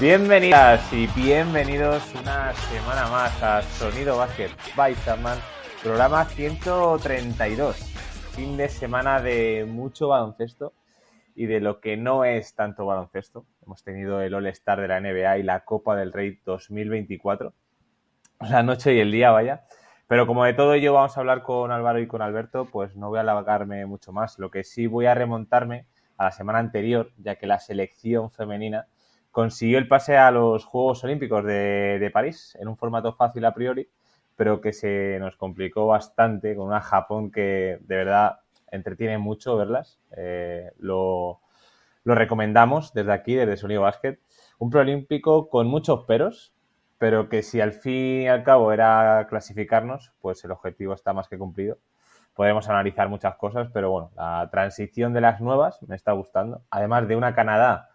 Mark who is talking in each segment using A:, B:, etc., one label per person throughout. A: Bienvenidas y bienvenidos una semana más a Sonido Basket by Sandman, programa 132. Fin de semana de mucho baloncesto y de lo que no es tanto baloncesto. Hemos tenido el All-Star de la NBA y la Copa del Rey 2024. La noche y el día, vaya. Pero como de todo ello vamos a hablar con Álvaro y con Alberto, pues no voy a alargarme mucho más. Lo que sí voy a remontarme a la semana anterior, ya que la selección femenina consiguió el pase a los Juegos Olímpicos de, de, París en un formato fácil a priori, pero que se nos complicó bastante con una Japón que de verdad entretiene mucho verlas. Eh, lo, lo, recomendamos desde aquí, desde Sonido Basket. Un preolímpico con muchos peros, pero que si al fin y al cabo era clasificarnos, pues el objetivo está más que cumplido. Podremos analizar muchas cosas, pero bueno, la transición de las nuevas me está gustando. Además de una Canadá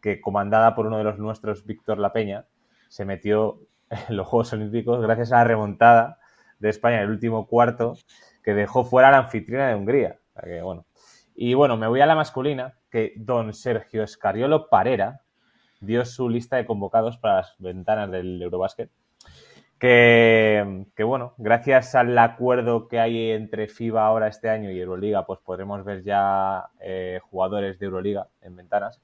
A: que comandada por uno de los nuestros, Víctor La Peña, se metió en los Juegos Olímpicos gracias a la remontada de España en el último cuarto que dejó fuera a la anfitriona de Hungría. O sea que, bueno. Y bueno, me voy a la masculina, que don Sergio Escariolo Parera dio su lista de convocados para las ventanas del Eurobásquet. Que, que bueno, gracias al acuerdo que hay entre FIBA ahora este año y Euroliga, pues podremos ver ya eh, jugadores de Euroliga en ventanas.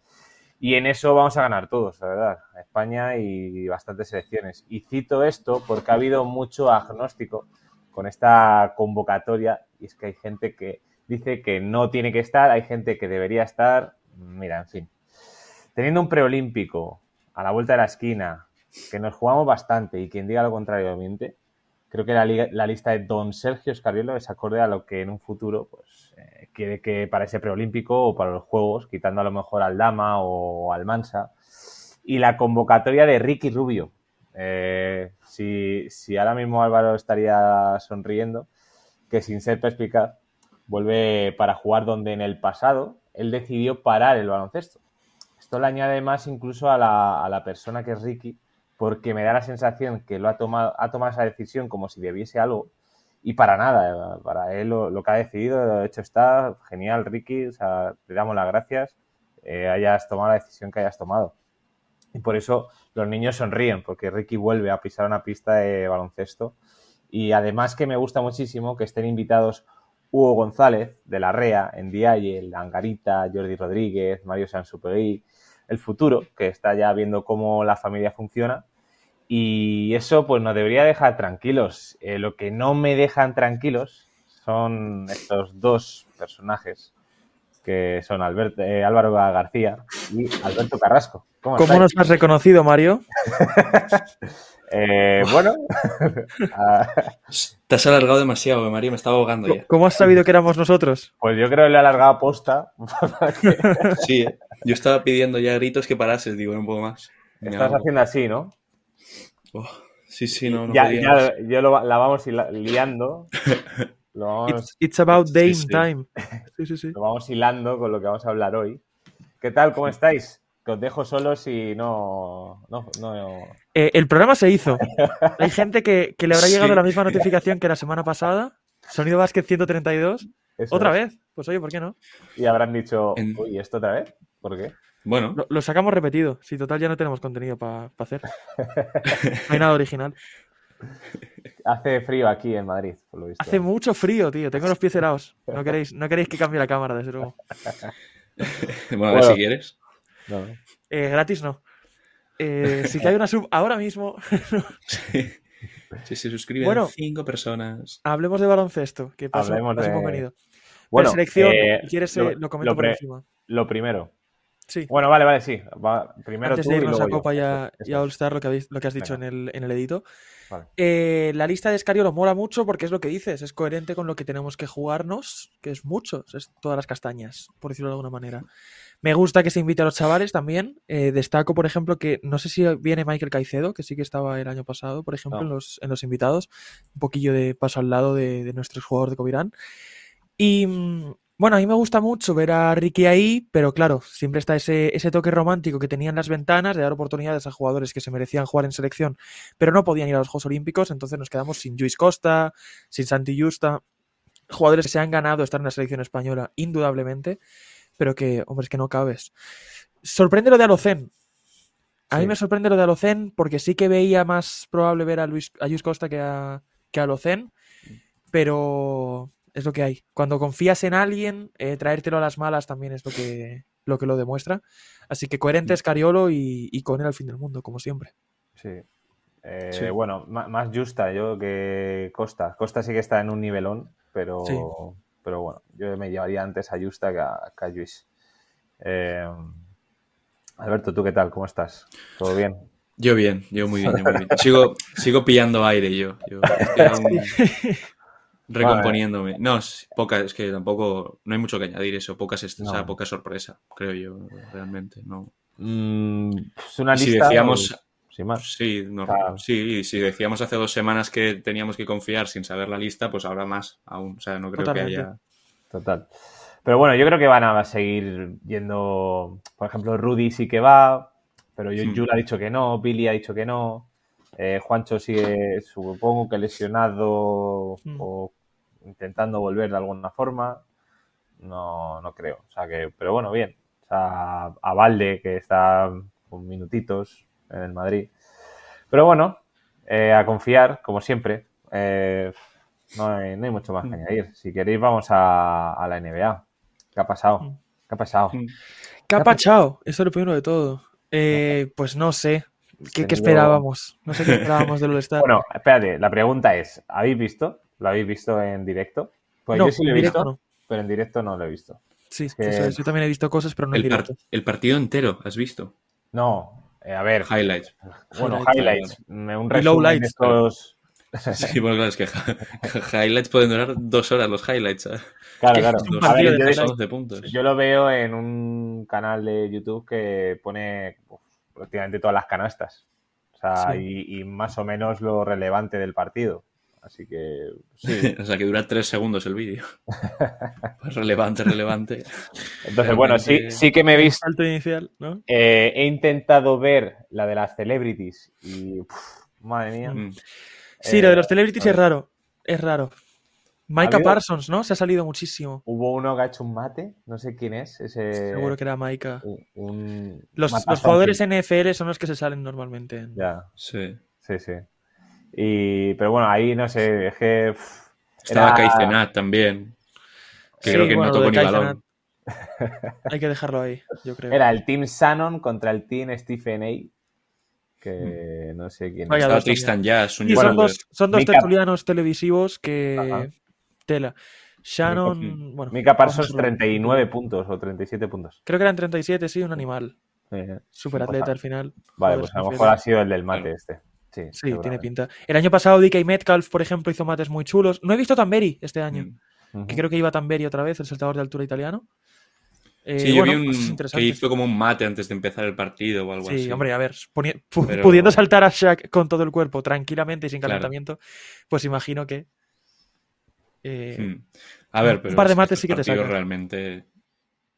A: Y en eso vamos a ganar todos, la verdad. España y bastantes selecciones. Y cito esto porque ha habido mucho agnóstico con esta convocatoria. Y es que hay gente que dice que no tiene que estar, hay gente que debería estar. Mira, en fin. Teniendo un preolímpico a la vuelta de la esquina, que nos jugamos bastante y quien diga lo contrario miente, creo que la, la lista de don Sergio Escarriolo es acorde a lo que en un futuro pues, eh, quiere que para ese preolímpico o para los Juegos, quitando a lo mejor al Dama o al Mansa. Y la convocatoria de Ricky Rubio. Eh, si, si, ahora mismo Álvaro estaría sonriendo, que sin ser perspicaz, vuelve para jugar donde en el pasado él decidió parar el baloncesto. Esto le añade más incluso a la, a la persona que es Ricky, porque me da la sensación que lo ha tomado, ha tomado esa decisión como si debiese algo, y para nada, para él lo, lo, que ha decidido, de hecho está genial, Ricky, o sea, te damos las gracias, eh, hayas tomado la decisión que hayas tomado. Y por eso los niños sonríen, porque Ricky vuelve a pisar una pista de baloncesto. Y además que me gusta muchísimo que estén invitados Hugo González, de la REA, Endiaye, Langarita, Jordi Rodríguez, Mario Sansupegui, el futuro, que está ya viendo cómo la familia funciona, y eso pues nos debería dejar tranquilos. Eh, lo que no me dejan tranquilos son estos dos personajes que son Alberto, eh, Álvaro García y Alberto Carrasco.
B: ¿Cómo, ¿Cómo nos has reconocido, Mario?
A: eh, bueno. ah,
C: Te has alargado demasiado, Mario, me estaba ahogando ya.
B: ¿Cómo has sabido que éramos nosotros?
A: Pues yo creo que le he alargado posta.
C: sí, ¿eh? yo estaba pidiendo ya gritos que parases, digo, un poco más.
A: Me Estás hago. haciendo así, ¿no?
C: Oh, sí, sí, no, no
A: ya, ya, ya lo, la vamos liando.
B: Lo vamos... It's, it's, about Dame sí, sí. time. Sí,
A: lo vamos hilando con lo que vamos a hablar hoy. ¿Qué tal? ¿Cómo estáis? Que os dejo solos y no... no, no...
B: Eh, el programa se hizo. Hay gente que, que le habrá llegado la misma notificación que la semana pasada. Sonido Basket 132. Eso ¿Otra es. vez? Pues oye, ¿por qué no?
A: Y habrán dicho, uy, ¿esto otra vez? ¿Por qué?
C: Bueno.
B: Lo, lo, sacamos repetido. Si sí, total ya no tenemos contenido para pa hacer. no hay nada original.
A: Hace frío aquí en Madrid, por lo visto.
B: Hace mucho frío, tío. Tengo los pies helados. No queréis, no queréis que cambie la cámara, desde luego.
C: bueno, a ver bueno. si quieres.
B: No, no. Eh, gratis no. Eh, si te hay una sub ahora mismo.
C: sí. Si se suscriben bueno, cinco personas.
B: Hablemos de baloncesto, que paso, hablemos paso de... Convenido.
A: Bueno,
B: selección, eh, ¿quieres, lo, lo comento
A: lo
B: por encima?
A: Lo primero,
B: Sí.
A: Bueno, vale, vale, sí. Va, primero
B: Antes
A: tú
B: de irnos
A: y luego
B: a Copa
A: yo.
B: y a, y a All Star, lo que, habéis, lo que has dicho Venga. en el, en el edito. Vale. Eh, la lista de Escario lo mola mucho porque es lo que dices, es coherente con lo que tenemos que jugarnos, que es mucho, es todas las castañas, por decirlo de alguna manera. Me gusta que se invite a los chavales también. Eh, destaco, por ejemplo, que no sé si viene Michael Caicedo, que sí que estaba el año pasado, por ejemplo, no. en, los, en los invitados. Un poquillo de paso al lado de, de nuestros jugadores de Covirán. Y, bueno, a mí me gusta mucho ver a Ricky ahí, pero claro, siempre está ese, ese, toque romántico que tenían las ventanas de dar oportunidades a jugadores que se merecían jugar en selección, pero no podían ir a los Juegos Olímpicos, entonces nos quedamos sin Luis Costa, sin Santi Justa, jugadores que se han ganado estar en la selección española, indudablemente, pero que, hombre, es que no cabes. Sorprende lo de Alocen. A mí me sorprende lo de Alocen porque sí que veía más probable ver a Luis a Luis Costa que a, que a Alocen, pero es lo que hay. Cuando confías en alguien, eh, traértelo a las malas también es lo que lo, que lo demuestra. Así que coherente es Cariolo y, y con él al fin del mundo, como siempre.
A: Sí. Eh, sí. Bueno, más Justa yo que Costa. Costa sí que está en un nivelón, pero, sí. pero bueno, yo me llevaría antes a Justa que a, que a Luis. Eh, Alberto, ¿tú qué tal? ¿Cómo estás? ¿Todo bien?
C: Yo bien, yo muy bien. Yo muy bien. Sigo, sigo pillando aire yo. yo estoy aún recomponiéndome. Vale. No, es, poca, es que tampoco, no hay mucho que añadir eso, pocas, no. o sea, poca sorpresa, creo yo, realmente. No.
A: es una lista
C: Mm, si decíamos,
A: de... sin más.
C: Sí, no, ah. sí, si decíamos hace dos semanas que teníamos que confiar sin saber la lista, pues ahora más aún. O sea, no creo Totalmente. que haya.
A: Total. Pero bueno, yo creo que van a seguir yendo. Por ejemplo, Rudy sí que va, pero yo, sí. Jul ha dicho que no, Billy ha dicho que no. Eh, Juancho sigue, supongo que lesionado mm. o intentando volver de alguna forma. No, no creo. O sea que, pero bueno, bien. O sea, a Valde, que está con minutitos en el Madrid. Pero bueno, eh, a confiar, como siempre. Eh, no, hay, no, hay, mucho más que mm. añadir. Si queréis, vamos a, a la NBA. ¿Qué ha pasado? ¿Qué ha pasado?
C: Mm.
B: ¿Qué ha pasado? Eso es lo primero de todo. Eh, pues no sé. ¿Qué, ¿Qué, esperábamos? No sé qué esperábamos del All-Star.
A: Bueno, espérate, la pregunta es: ¿habéis visto? ¿Lo habéis visto en directo? Pues no, yo sí lo he visto, Eh, directo, no. pero en directo no lo he visto.
B: Sí, es que... eso, yo también he visto cosas, pero no
C: el
B: en directo.
C: Par ¿El partido entero has visto?
A: No, eh, a ver.
C: Highlights.
A: Bueno, highlights. highlights. Un resumen de estos.
C: Sí, bueno, claro, es que highlights pueden durar dos horas los highlights. ¿eh?
A: Claro, claro.
C: Dos, a ver, yo, de puntos.
A: yo lo veo en un canal de YouTube que pone uf, prácticamente todas las canastas. O sea, sí. y, y, más o menos lo relevante del partido. Así que sí.
C: o sea, que dura tres segundos el vídeo. Pues relevante, relevante.
A: Entonces, Realmente... bueno, sí, sí que me he visto.
B: Salto inicial, ¿no?
A: Eh, he intentado ver la de las celebrities y. Uf, madre mía. Mm.
B: Sí, lo de los celebrities eh, es raro. Es raro. Micah ¿Ha Parsons, ¿no? Se ha salido muchísimo.
A: Hubo uno que ha hecho un mate, no sé quién es. Ese...
B: Seguro que era Micah.
A: Un, un...
B: Los, los, jugadores NFL son los que se salen normalmente.
A: Ya.
C: Sí.
A: Sí, sí. Y, pero bueno, ahí no sé, es que.
C: Pff, Estaba era... Kaizenat también. Que sí, creo que bueno, no tocó ni balón.
B: Hay que dejarlo ahí, yo creo.
A: Era el Team Shannon contra el Team Stephen A que
B: Hmm.
A: no sé quién
C: Vaya, está Tristan Jazz.
B: Sí, son dos, son dos tertulianos televisivos que... Ajá. Tela. Shannon...
A: Mika,
B: bueno,
A: Mika Parsons 39 puntos o 37 puntos.
B: Creo que eran 37, sí, un animal. Sí, eh. Super atleta al final.
A: Vale, Joder, pues a lo mejor ha sido el del mate claro. este. Sí,
B: sí tiene pinta. El año pasado DK Metcalf, por ejemplo, hizo mates muy chulos. No he visto Tamberi este año, mm -hmm. que creo que iba Tamberi otra vez, el saltador de altura italiano.
C: Eh, sí, yo bueno, vi un pues que hizo como un mate antes de empezar el partido o algo
B: sí,
C: así.
B: Sí, hombre, a ver, pu Pero... pudiendo saltar a Shaq con todo el cuerpo tranquilamente y sin calentamiento, claro. pues imagino que.
C: Eh, hmm. A ver, pero
B: un par de mates sí que te sacan.
C: realmente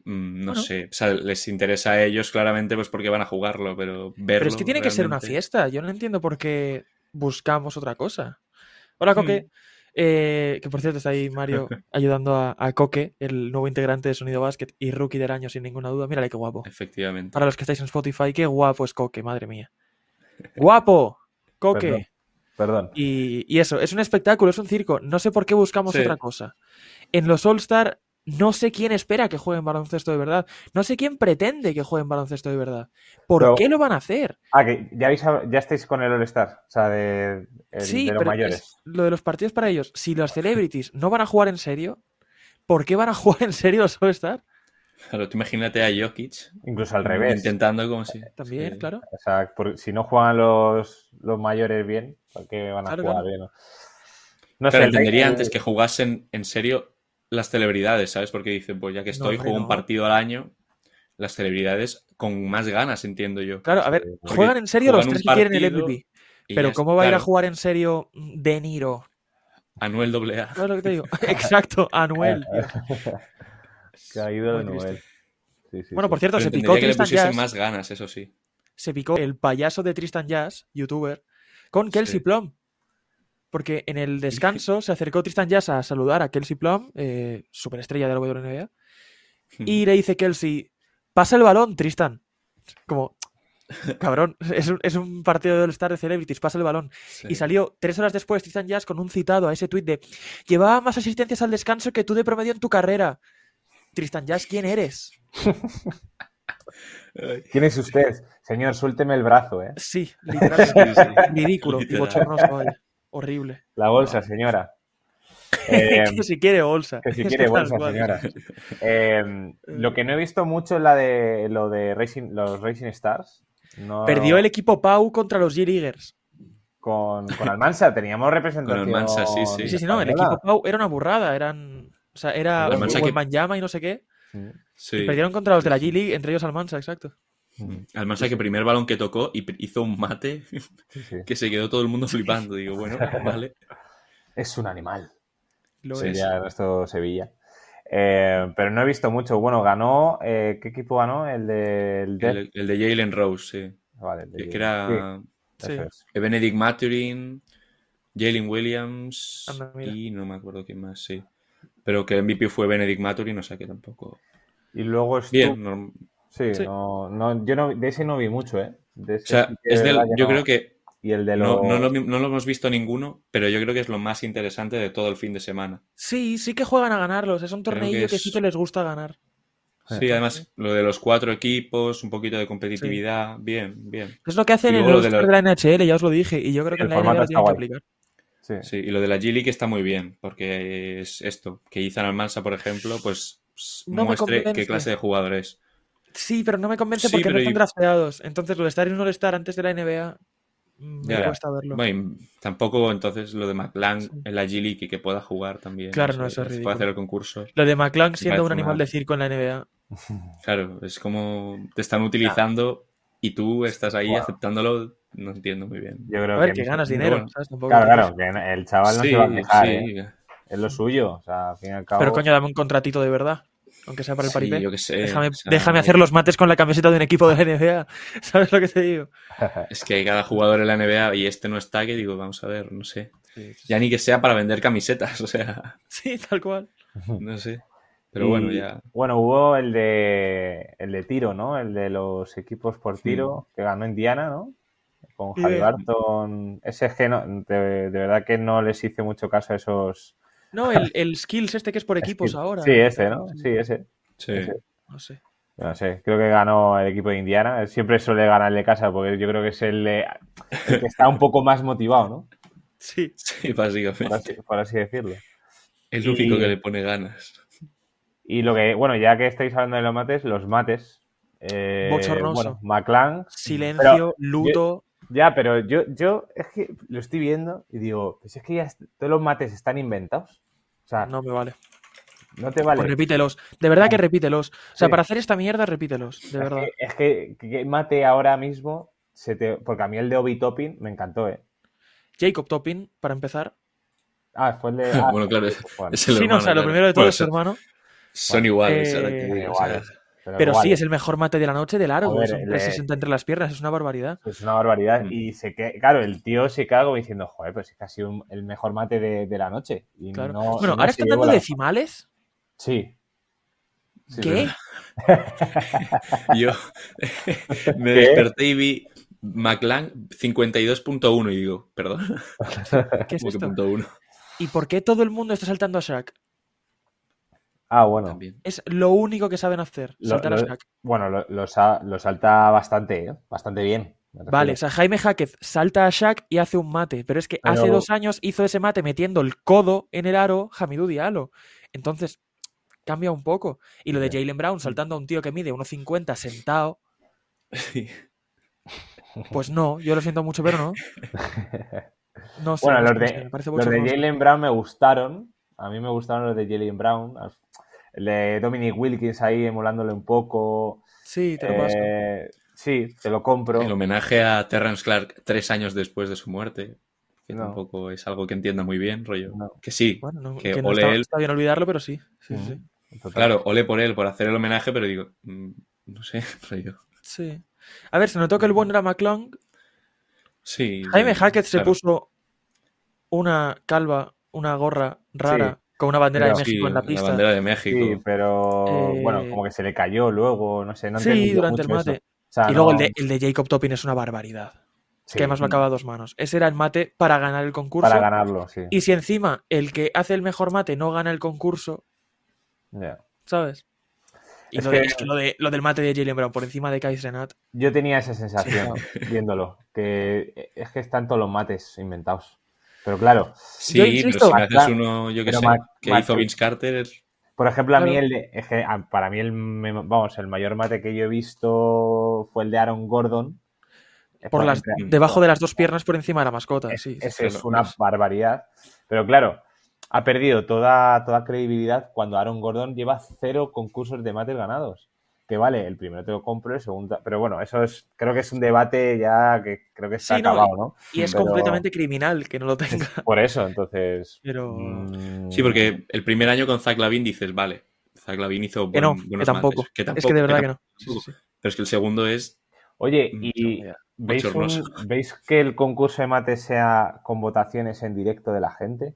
C: mmm, no bueno. sé, o sea, les interesa a ellos claramente pues porque van a jugarlo, pero verlo
B: Pero es que tiene realmente... que ser una fiesta, yo no entiendo por qué buscamos otra cosa. Hola, Coque. Hmm. Eh, que por cierto está ahí Mario ayudando a, a, Coque, el nuevo integrante de Sonido Basket y rookie del año, sin ninguna duda. Mírale qué guapo.
C: Efectivamente.
B: Para los que estáis en Spotify, qué guapo es Coque, madre mía. ¡Guapo! ¡Coque!
A: Perdón. Perdón.
B: Y, y, eso, es un espectáculo, es un circo. No sé por qué buscamos sí. otra cosa. En los All-Star, no sé quién espera que jueguen baloncesto de verdad. No sé quién pretende que jueguen baloncesto de verdad. ¿Por pero, qué lo van a hacer?
A: Ah, que ya, habéis, ya estáis con el All-Star, o sea, de, el,
B: sí,
A: de los
B: pero
A: mayores.
B: Es lo de los partidos para ellos. Si los celebrities no van a jugar en serio, ¿por qué van a jugar en serio los All-Star?
C: Claro, tú imagínate a Jokic.
A: Incluso al revés.
C: Intentando como si.
B: También, sí. claro.
A: O sea, por, si no juegan los, los mayores bien, ¿por qué van a claro, jugar claro. bien?
C: No claro, sé, entendería que... antes que jugasen en serio las celebridades, ¿sabes? Porque dicen, pues ya que estoy, no, juego no. un partido al año, las celebridades con más ganas, entiendo yo.
B: Claro, a ver, Porque juegan en serio juegan los tres que quieren el MVP. Pero ¿cómo va a claro. ir a jugar en serio De Niro?
C: Anuel AA.
B: ¿Sabes lo que te digo? Exacto, Anuel.
A: Caído de Anuel. Sí, sí,
B: bueno, por cierto, se
C: picó
B: que
C: Tristan
B: le Jazz,
C: más ganas, eso sí.
B: Se picó el payaso de Tristan Jazz, youtuber, con Kelsey sí. Plum. Porque en el descanso se acercó Tristan Jazz a saludar a Kelsey Plum, eh, superestrella de la Hmm. WNBA, y le dice Kelsey, pasa el balón, Tristan. Como, Cabrón, es un, es un partido de All-Star de Celebrities, pasa el balón. Sí. Y salió tres horas después Tristan Jazz con un citado a ese tuit de llevaba más asistencias al descanso que tú de promedio en tu carrera. Tristan Jazz, ¿quién eres?
A: ¿Quién es usted? Señor, suélteme el brazo, ¿eh?
B: Sí, literalmente. Sí, sí. Ridículo Literal. y bochornoso, vaya. Horrible.
A: La bolsa, señora.
B: Eh, que si quiere bolsa.
A: Que si quiere bolsa, señora. Eh, lo que no he visto mucho es la de, lo de Racing, los Racing Stars. No...
B: Perdió el equipo Pau contra los G-Leaguers.
A: Con, con, Almansa, teníamos representación.
C: Con Almansa, sí, sí.
B: Sí, sí, no, el equipo Pau era una burrada. Eran, o sea, era Almansa que... Manjama y no sé qué. Sí. Y perdieron contra los de la G-League, entre ellos Almansa, exacto.
C: Almansa Mm. que primer balón que tocó y hizo un mate que se quedó todo el mundo flipando. Digo, bueno, vale.
A: Es un animal. Lo Sería el resto de Sevilla. Eh, pero no he visto mucho. Bueno, ganó. Eh, ¿Qué equipo ganó? El de.
C: El de, el, el de Jalen Rose, sí.
A: Vale, el de
C: que, que era. Sí. Sí. Benedict Maturin, Jalen
B: Ah,
C: Williams Anda, y no me acuerdo quién más, sí. Pero que el MVP fue Benedict Maturin, o sea que tampoco.
A: Y luego estuvo...
C: Bien, no...
A: Sí, sí. No, no, yo no, de ese no vi mucho, ¿eh? De
C: ese o sea, es del, yo creo que.
A: Y el de
C: lo... No, no, lo, no, lo, hemos visto ninguno, pero yo creo que es lo más interesante de todo el fin de semana.
B: Sí, sí que juegan a ganarlos. Es un torneo que, es... que, sí que les gusta ganar.
C: Sí, además, lo de los cuatro equipos, un poquito de competitividad, sí. bien, bien.
B: Es lo que hacen en los de, la... de la NHL, ya os lo dije, y yo creo que el en la NHL lo tienen guay. que aplicar.
C: Sí. sí. y lo de la G-League está muy bien, porque es esto, que Izan Almansa, por ejemplo, pues muestre qué clase de jugador es.
B: Sí, pero no me convence porque no están y... drafteados. Entonces, lo de estar y no lo estar antes de la NBA mm, me ya, cuesta verlo.
C: Bueno, tampoco entonces lo de McClang sí. en la G-League y que pueda jugar también.
B: Claro, no, no eso es ridículo.
C: Puede hacer el concurso.
B: Lo de McClang siendo un animal una... de circo en la NBA.
C: Claro, es como te están utilizando ah. y tú estás ahí wow. aceptándolo. No entiendo muy bien.
B: Yo creo a ver, que, que ganas dinero. Bueno. ¿sabes? Tampoco
A: claro, claro, que el chaval no sí, se va a dejar. Sí. ¿eh? Es lo suyo. O sea, al fin y al cabo...
B: Pero coño, dame un contratito de verdad aunque sea para el paripé.
C: Sí, yo que sé,
B: déjame, o sea, déjame, hacer los mates con la camiseta de un equipo de la NBA. ¿Sabes lo que te digo?
C: Es que hay cada jugador en la NBA y este no está, que digo, vamos a ver, no sé. Sí, sí. Ya ni que sea para vender camisetas, o sea.
B: Sí, tal cual.
C: No sé. Pero y, bueno, ya.
A: Bueno, hubo el de, el de tiro, ¿no? El de los equipos por tiro que ganó Indiana, ¿no? Con Javi Barton. Ese es que no, de, de verdad que no les hice mucho caso a esos.
B: No, el, el, skills eh. este que es por equipos
A: sí,
B: ahora.
A: Sí, ese, ¿no? Sí, ese.
C: Sí.
A: Ese.
B: No sé.
A: No sé, creo que ganó el equipo de Indiana. Siempre suele ganar de casa porque yo creo que es el, eh, el que está un poco más motivado, ¿no?
B: Sí,
C: sí, básicamente.
A: Por así, por así decirlo.
C: El único y, que le pone ganas.
A: Y lo que, bueno, ya que estáis hablando de los mates, los mates. Eh,
B: Bochornoso.
A: Bueno, Maclan.
B: Silencio, pero, luto.
A: Yo, ya, pero yo, yo es que lo estoy viendo y digo, pues es que ya todos los mates están inventados. O sea,
B: no me Ah. vale.
A: No te vale.
B: Pues repítelos. De verdad que repítelos. O sea, sí. para hacer esta mierda, repítelos. De
A: es
B: verdad.
A: Que, es que, que, mate ahora mismo. Se te... Porque a mí el de Obi Topping me encantó, ¿eh?
B: Jacob Topping, para empezar.
A: Ah, pues fue el de.
C: Ah, bueno, claro. Es,
B: es el sí, hermano, no, o sea, claro. lo primero de todo bueno, es su hermano.
C: Son iguales. Eh... Que...
A: Son iguales.
B: Pero, pero sí, es el mejor mate de la noche de largo. Ver, son 360 le... entre las piernas, es una barbaridad.
A: Es una barbaridad. Mm. Y se que... claro, el tío se cago diciendo, joder, pues es que ha sido un... el mejor mate de, de la noche. Y claro. no,
B: bueno,
A: no
B: ahora están dando
A: la...
B: decimales.
A: Sí.
B: sí ¿Qué?
C: Yo me ¿Qué? desperté y vi McLang 52.1 y digo, perdón.
B: ¿Qué es esto? ¿Y por qué todo el mundo está saltando a Shaq?
A: Ah, bueno. También.
B: Es lo único que saben hacer,
A: lo,
B: saltar
A: lo,
B: a Shaq.
A: Bueno, lo, lo salta bastante, ¿eh? bastante bien.
B: Vale, o sea, Jaime Jaquez salta a Shaq y hace un mate, pero es que pero... hace dos años hizo ese mate metiendo el codo en el aro Hamidou Diallo. Entonces, cambia un poco. Y lo de Jalen
A: Mm.
B: Brown saltando a un tío que mide 1,50 sentado.
C: Sí.
B: Pues no, yo lo siento mucho, pero no.
A: No sé. Bueno, los de, me parece los de Jalen Brown me gustaron. A mí me gustaron los de Jalen Brown. El de Dominic Wilkins ahí emulándole un poco.
B: Sí, te lo paso.
A: Eh, sí, te lo compro.
C: El homenaje a Terrence Clark tres años después de su muerte. Que no. tampoco es algo que entienda muy bien, rollo. No. Que sí.
B: Bueno, no,
C: que,
B: que
C: ole
B: está,
C: él.
B: Está bien olvidarlo, pero sí. sí, uh
A: Mm.
B: -huh.
C: sí. Claro, ole por él, por hacer el homenaje, pero digo, mmm, no sé, rollo.
B: Sí. A ver, se notó que el buen era McClung.
C: Sí.
B: Jaime Hackett claro. se puso una calva, una gorra rara. Sí con una bandera pero, de México sí, en la pista.
C: La bandera de México.
A: Sí, pero eh... bueno, como que se le cayó luego, no sé, no
B: Sí, durante el mate.
A: Eso.
B: sea, y luego no... el, de, el de Jacob Topping es una barbaridad. Ah, Sí. que además lo acaba a dos manos. Ese era el mate para ganar el concurso.
A: Para ganarlo, sí.
B: Y si encima el que hace el mejor mate no gana el concurso,
A: yeah.
B: ¿sabes? Y lo, que... de, lo, de, lo, del mate de Jalen Brown por encima de Kai Renat.
A: Yo tenía esa sensación viéndolo, que es que están todos los mates inventados. Pero claro.
C: Sí, yo insisto, pero si haces uno, yo que sé, Matt, que Matt, hizo Matt, Vince Carter.
A: Por ejemplo, a mí el, de, es que para mí el, vamos, el mayor mate que yo he visto fue el de Aaron Gordon,
B: por las, debajo de las dos piernas por encima de la mascota.
A: Es,
B: sí,
A: es, es una barbaridad. Pero claro, ha perdido toda, toda credibilidad cuando Aaron Gordon lleva cero concursos de mates ganados. Que vale, el primero te lo compro, el segundo. Pero bueno, eso es, creo que es un debate ya que creo que está sí, acabado, ¿no? ¿no?
B: Y es
A: pero...
B: completamente criminal que no lo tenga.
A: Por eso, entonces. mm,
B: Pero... Mmm...
C: Sí, porque el primer año con Zach Lavin dices, vale, Zach Lavin hizo.
B: Buen, que, no, buenos que, tampoco. Mates, que, tampoco. Es que de verdad que, no. Sí, sí.
C: Pero es que el segundo es.
A: Oye,
B: Mm,
A: y. ¿Veis, un, ¿Veis, que el concurso de mate sea con votaciones en directo de la gente?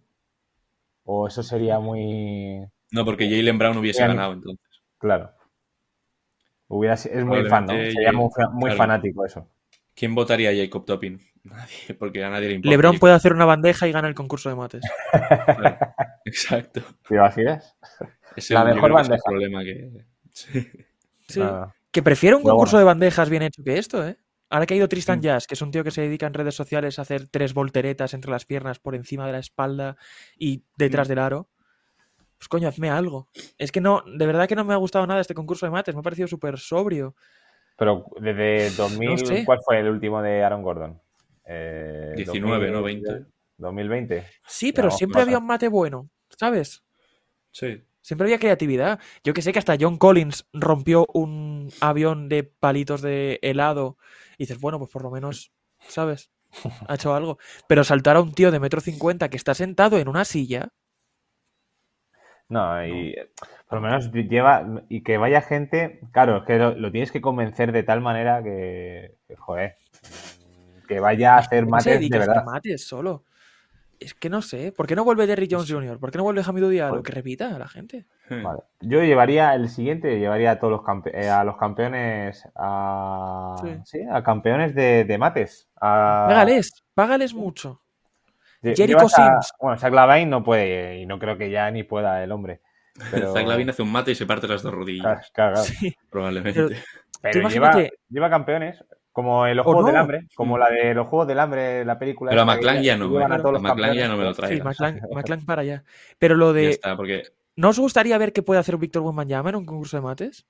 A: ¿O eso sería muy.?
C: No, porque Jalen Brown hubiese Bien. ganado entonces.
A: Claro. Hubiera, es muy fan, ¿no? Sería muy, muy claro. fanático eso.
C: ¿Quién votaría a Jacob Toppin? Nadie, porque a nadie le importa.
B: LeBron puede hacer una bandeja y gana el concurso de mates.
C: claro. Exacto.
A: ¿Te imaginas?
C: Es la mejor bandeja. Que problema que.
B: sí. sí. Ah. Que prefiero un concurso no, bueno. de bandejas bien hecho que esto, ¿eh? Ahora que ha ido Tristan Jazz, que es un tío que se dedica en redes sociales a hacer tres volteretas entre las piernas, por encima de la espalda y detrás del aro. Pues coño, hazme algo. Es que no, de verdad que no me ha gustado nada este concurso de mates, me ha parecido súper sobrio.
A: Pero desde 2000, no sé. ¿cuál fue el último de Aaron Gordon?
C: Eh, 19, 2000, ¿no? 20.
A: 2020.
B: Sí, pero no, siempre había un mate bueno, ¿sabes?
C: Sí.
B: Siempre había creatividad. Yo que sé que hasta John Collins rompió un avión de palitos de helado y dices, bueno, pues por lo menos, ¿sabes? Ha hecho algo. Pero saltar a un tío de metro cincuenta que está sentado en una silla.
A: No, y por lo menos lleva. Y que vaya gente. Claro, es que lo, lo tienes que convencer de tal manera que. que joder. Que vaya a hacer mates de verdad.
B: mates solo. Es que no sé. ¿Por qué no vuelve Derry
A: Pues
B: Jones Jr.? ¿Por qué no vuelve Hamidou Diallo? Que repita a la gente.
A: Vale. Yo llevaría el siguiente, llevaría a todos los, campe eh, a los campeones a, sí. ¿sí? a campeones de, de mates. A...
B: Págales, págales mucho.
A: Lle Jericho a... Bueno, Zach Lavine no puede y no creo que ya ni pueda el hombre. Pero...
C: Zach Lavine hace un mate y se parte las dos rodillas.
A: Claro, claro, claro.
C: Sí. Probablemente. Pero,
A: Pero lleva, lleva campeones, como en los Juegos no? del Hambre, como la de los Juegos del Hambre, la película.
C: Pero a McLean ya no, me, a todos a McLean ya no me lo trae.
B: Sí, McLean, McLean para allá. Pero lo de...
C: Ya está, porque...
B: ¿No os gustaría ver qué puede hacer Víctor Wembanyama en un concurso de mates?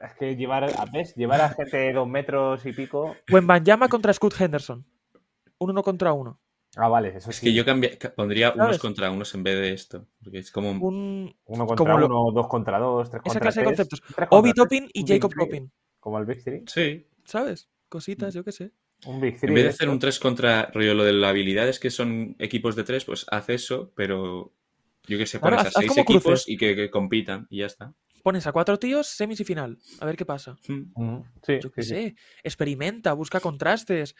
A: Es que llevar a, ¿ves? llevar a gente de dos metros y pico...
B: Wembanyama contra Scott Henderson. Un uno contra uno.
A: Ah, vale, eso
C: Es
A: sí.
C: que yo cambié, pondría ¿Sabes? unos contra unos en vez de esto. Porque es como...
B: Un...
A: Uno contra como uno, lo... dos contra dos, tres
B: Esa
A: contra
B: clase
A: tres,
B: de conceptos. Obi Toppin y Jacob Toppin
A: como el Big Three.
C: Sí.
B: ¿Sabes? Cositas, yo qué sé.
A: Un Big Three.
C: En vez de hacer un 3 contra, rollo, lo de las habilidades que son equipos de 3, pues haz eso, pero yo qué sé, pones
B: Ahora,
C: a 6 equipos cruces. y que, que, compitan y ya está.
B: Pones a cuatro tíos, semis y final. A ver qué pasa.
C: Mm.
A: Sí,
B: yo
A: qué
B: sí, sé. Sí. Experimenta, busca contrastes.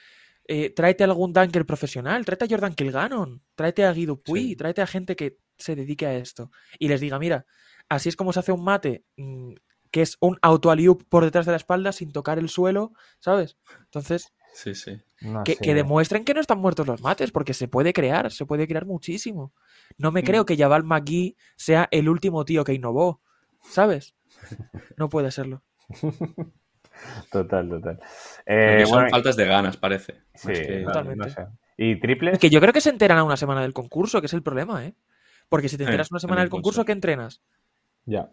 B: Eh, tráete algún dunker profesional. Tráete a Jordan Kilgannon. Tráete a Guido Puy. Sí. Tráete a gente que se dedique a esto. Y les diga, mira, así es como se hace un mate mm, que es un auto por detrás de la espalda sin tocar el suelo, ¿sabes? Entonces,
C: sí, sí.
A: No
B: que,
A: sé.
B: que, demuestren que no están muertos los mates, porque se puede crear, se puede crear muchísimo. No
C: Mm.
B: me creo que Jabal McGee sea el último tío que innovó, ¿sabes? No puede serlo.
A: Total, total.
C: Eh, son bueno, faltas de ganas, parece.
A: Sí, que... totalmente. No sé. ¿Y triples?
B: Que yo creo que se enteran a una semana del concurso, que es el problema, ¿eh? Porque si te enteras eh, una semana del concurso, concurso, ¿qué entrenas?
A: Ya.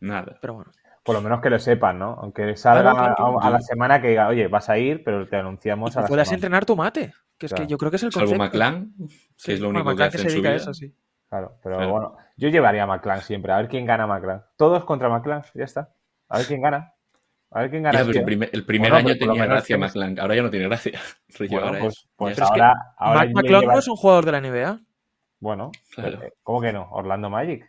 C: Nada.
B: Pero bueno.
A: Por lo menos que lo sepan, ¿no? Aunque salga claro, claro, a, a, la semana que diga, oye, vas a ir, pero te anunciamos
B: y
A: a la
B: puedas
A: semana.
B: entrenar tu mate, que es claro. que yo creo que es el
C: Salvo
B: concepto.
C: McLan, que sí, es lo único que hace
B: que
C: en
B: se
C: su
B: dedica
C: vida.
B: A eso, sí.
A: Claro, pero bueno, yo llevaría a McLan siempre, a ver quién gana McLan. Todos contra McLan, ya está. A ver quién gana. A ver quién gana.
C: Ya, pero el primer, el primer bueno, año tenía gracia tienes... McLan, ahora ya no tiene gracia.
A: Bueno,
C: ahora
A: pues,
C: es.
A: pues
C: Ya
A: ahora, ahora yo
B: McLan
A: llevar-
B: no es un jugador de la NBA.
A: Bueno, eh,
C: Claro.
A: ¿cómo que no? Orlando Magic.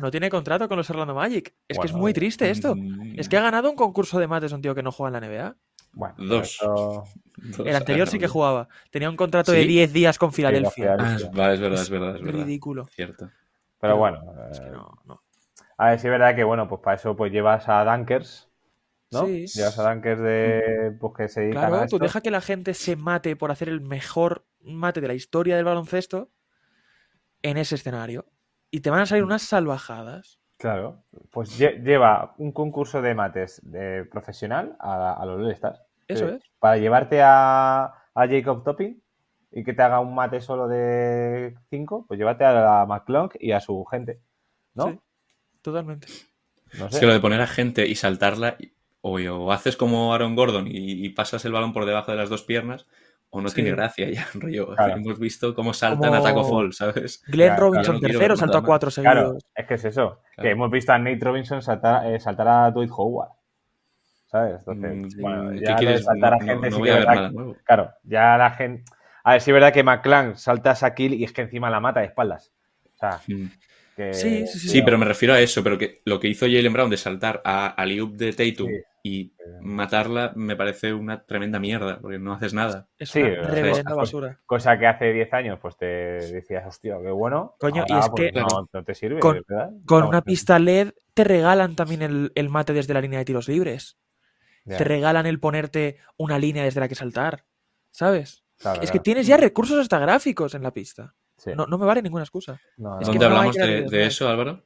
B: No tiene contrato con los Orlando Magic. Es que es muy triste esto.
C: Mm,
B: Es que ha ganado un concurso de mates un tío que no juega en la NBA.
A: Bueno,
C: Dos.
A: pero-
C: Dos
B: El anterior sí que
C: años.
B: jugaba. Tenía un contrato de
C: ¿Sí?
B: 10 días con Filadelfia.
A: Filadelfia. Eh,
C: Ah, es, vale, es verdad, es verdad, es verdad.
B: Ridículo.
C: Cierto.
A: Pero bueno,
B: Es que
A: eh,
B: no, no.
A: A ver, sí es verdad que, bueno, pues para eso pues llevas a Dunkers, ¿no? Sí. Llevas a Dunkers de, pues, que se dedican
B: Claro,
A: a esto.
B: tú deja que la gente se mate por hacer el mejor mate de la historia del baloncesto en ese escenario. Y te van a salir
A: Mm.
B: unas salvajadas.
A: Claro, pues lle- lleva un concurso de mates de profesional a, a los All-Stars.
B: Eso
A: Sí.
B: es.
A: Para llevarte a, a Jacob Topping y que te haga un mate solo de 5, pues llévate a la McClung y a su gente. ¿No?
B: Sí, totalmente.
A: No
C: Es
A: sé.
C: que lo de poner a gente y saltarla, y- o, o haces como Aaron Gordon y, y pasas el balón por debajo de las dos piernas, o no
B: Sí.
C: tiene gracia ya, rollo.
A: Claro.
C: Hemos visto cómo saltan
B: Como-
C: a Taco Fall, ¿sabes?
B: Glenn
A: Claro,
B: Robinson
C: claro, no quiero
B: tercero
C: ver
B: saltó a
C: nada
B: cuatro seguidos.
A: Claro, es que es eso. Que
C: Claro.
A: hemos visto a Nate Robinson saltar, eh, saltar a Dwight Howard. ¿Sabes? Entonces,
C: Mm,
A: bueno,
C: ¿qué
A: ya lo de
C: quieres?
A: saltar a
C: No-
A: gente
C: no
A: sí
C: voy
A: que
C: a
A: es
C: ver
A: verdad
C: nada nuevo.
A: Claro, ya la gente. A ver, sí es verdad que McClan salta a Shaquille y es que encima la mata de espaldas. O sea,
C: Mm.
A: que.
B: Sí, sí, sí.
C: Sí, pero me refiero a eso, pero que lo que hizo Jalen Brown de saltar a, a Liup de Tatum
A: Sí.
C: y matarla me parece una tremenda mierda, porque no haces nada.
B: Es
A: Sí,
B: una
A: o sea,
B: reverenda
A: esas
B: basura.
A: Cosa que hace 10 años, pues te decías, hostia, qué bueno.
B: Coño, y
A: ahora,
B: es
A: pues,
B: que-
A: No, no te sirve,
B: con-
A: ¿verdad?
B: Con
A: Vamos,
B: una pista LED te regalan también el, el mate desde la línea de tiros libres.
A: ya,
B: Te regalan el ponerte una línea desde la que saltar. ¿Sabes?
A: claro,
B: es que
A: claro,
B: tienes ya recursos hasta gráficos en la pista.
A: sí.
B: No, no me vale ninguna excusa.
A: No,
B: es
A: no,
B: que
C: ¿Dónde
B: no hay
C: hablamos de,
B: creatividad,
C: de
B: no hay.
C: eso, Álvaro?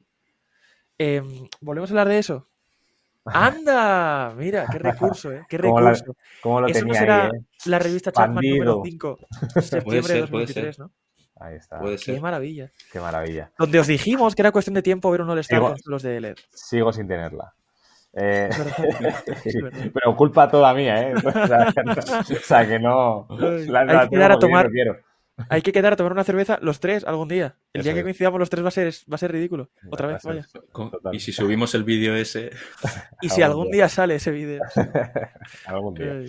B: Eh, Volvemos a hablar de eso. ¡Anda! Mira, qué recurso, ¿eh? Qué
A: Como la-
B: recurso.
A: ¿Cómo lo
B: Eso
A: tenía
B: no será
A: ahí, eh?
B: la revista Chapman número
A: Bandido.
B: 5, septiembre de
C: ser, puede
B: 2023, ¿no?
A: Ahí está.
C: Puede
B: Qué
C: ser.
B: maravilla.
A: Qué maravilla.
B: Donde os dijimos que era cuestión de tiempo ver un All-Star
A: Igual.
B: con los de LED.
A: Sigo sin tenerla. Eh,
B: Es verdad. Es verdad.
A: Pero culpa toda mía, ¿eh? O sea, que no- o sea, que no.
B: Ay,
A: La,
B: hay
A: la tengo
B: que quedar a
A: porque yo no
B: tomar.
A: quiero.
B: Hay que quedar a tomar una cerveza los tres algún día. El
A: Eso
B: día que
A: es.
B: coincidamos los tres va a ser, va a ser ridículo. Otra vez, vaya.
A: Gracias.
C: Con-
A: Total.
C: Y si subimos el vídeo ese,
B: Y si
A: Algún
B: algún
A: día.
B: día sale ese vídeo.
A: Algún día.
B: Ay.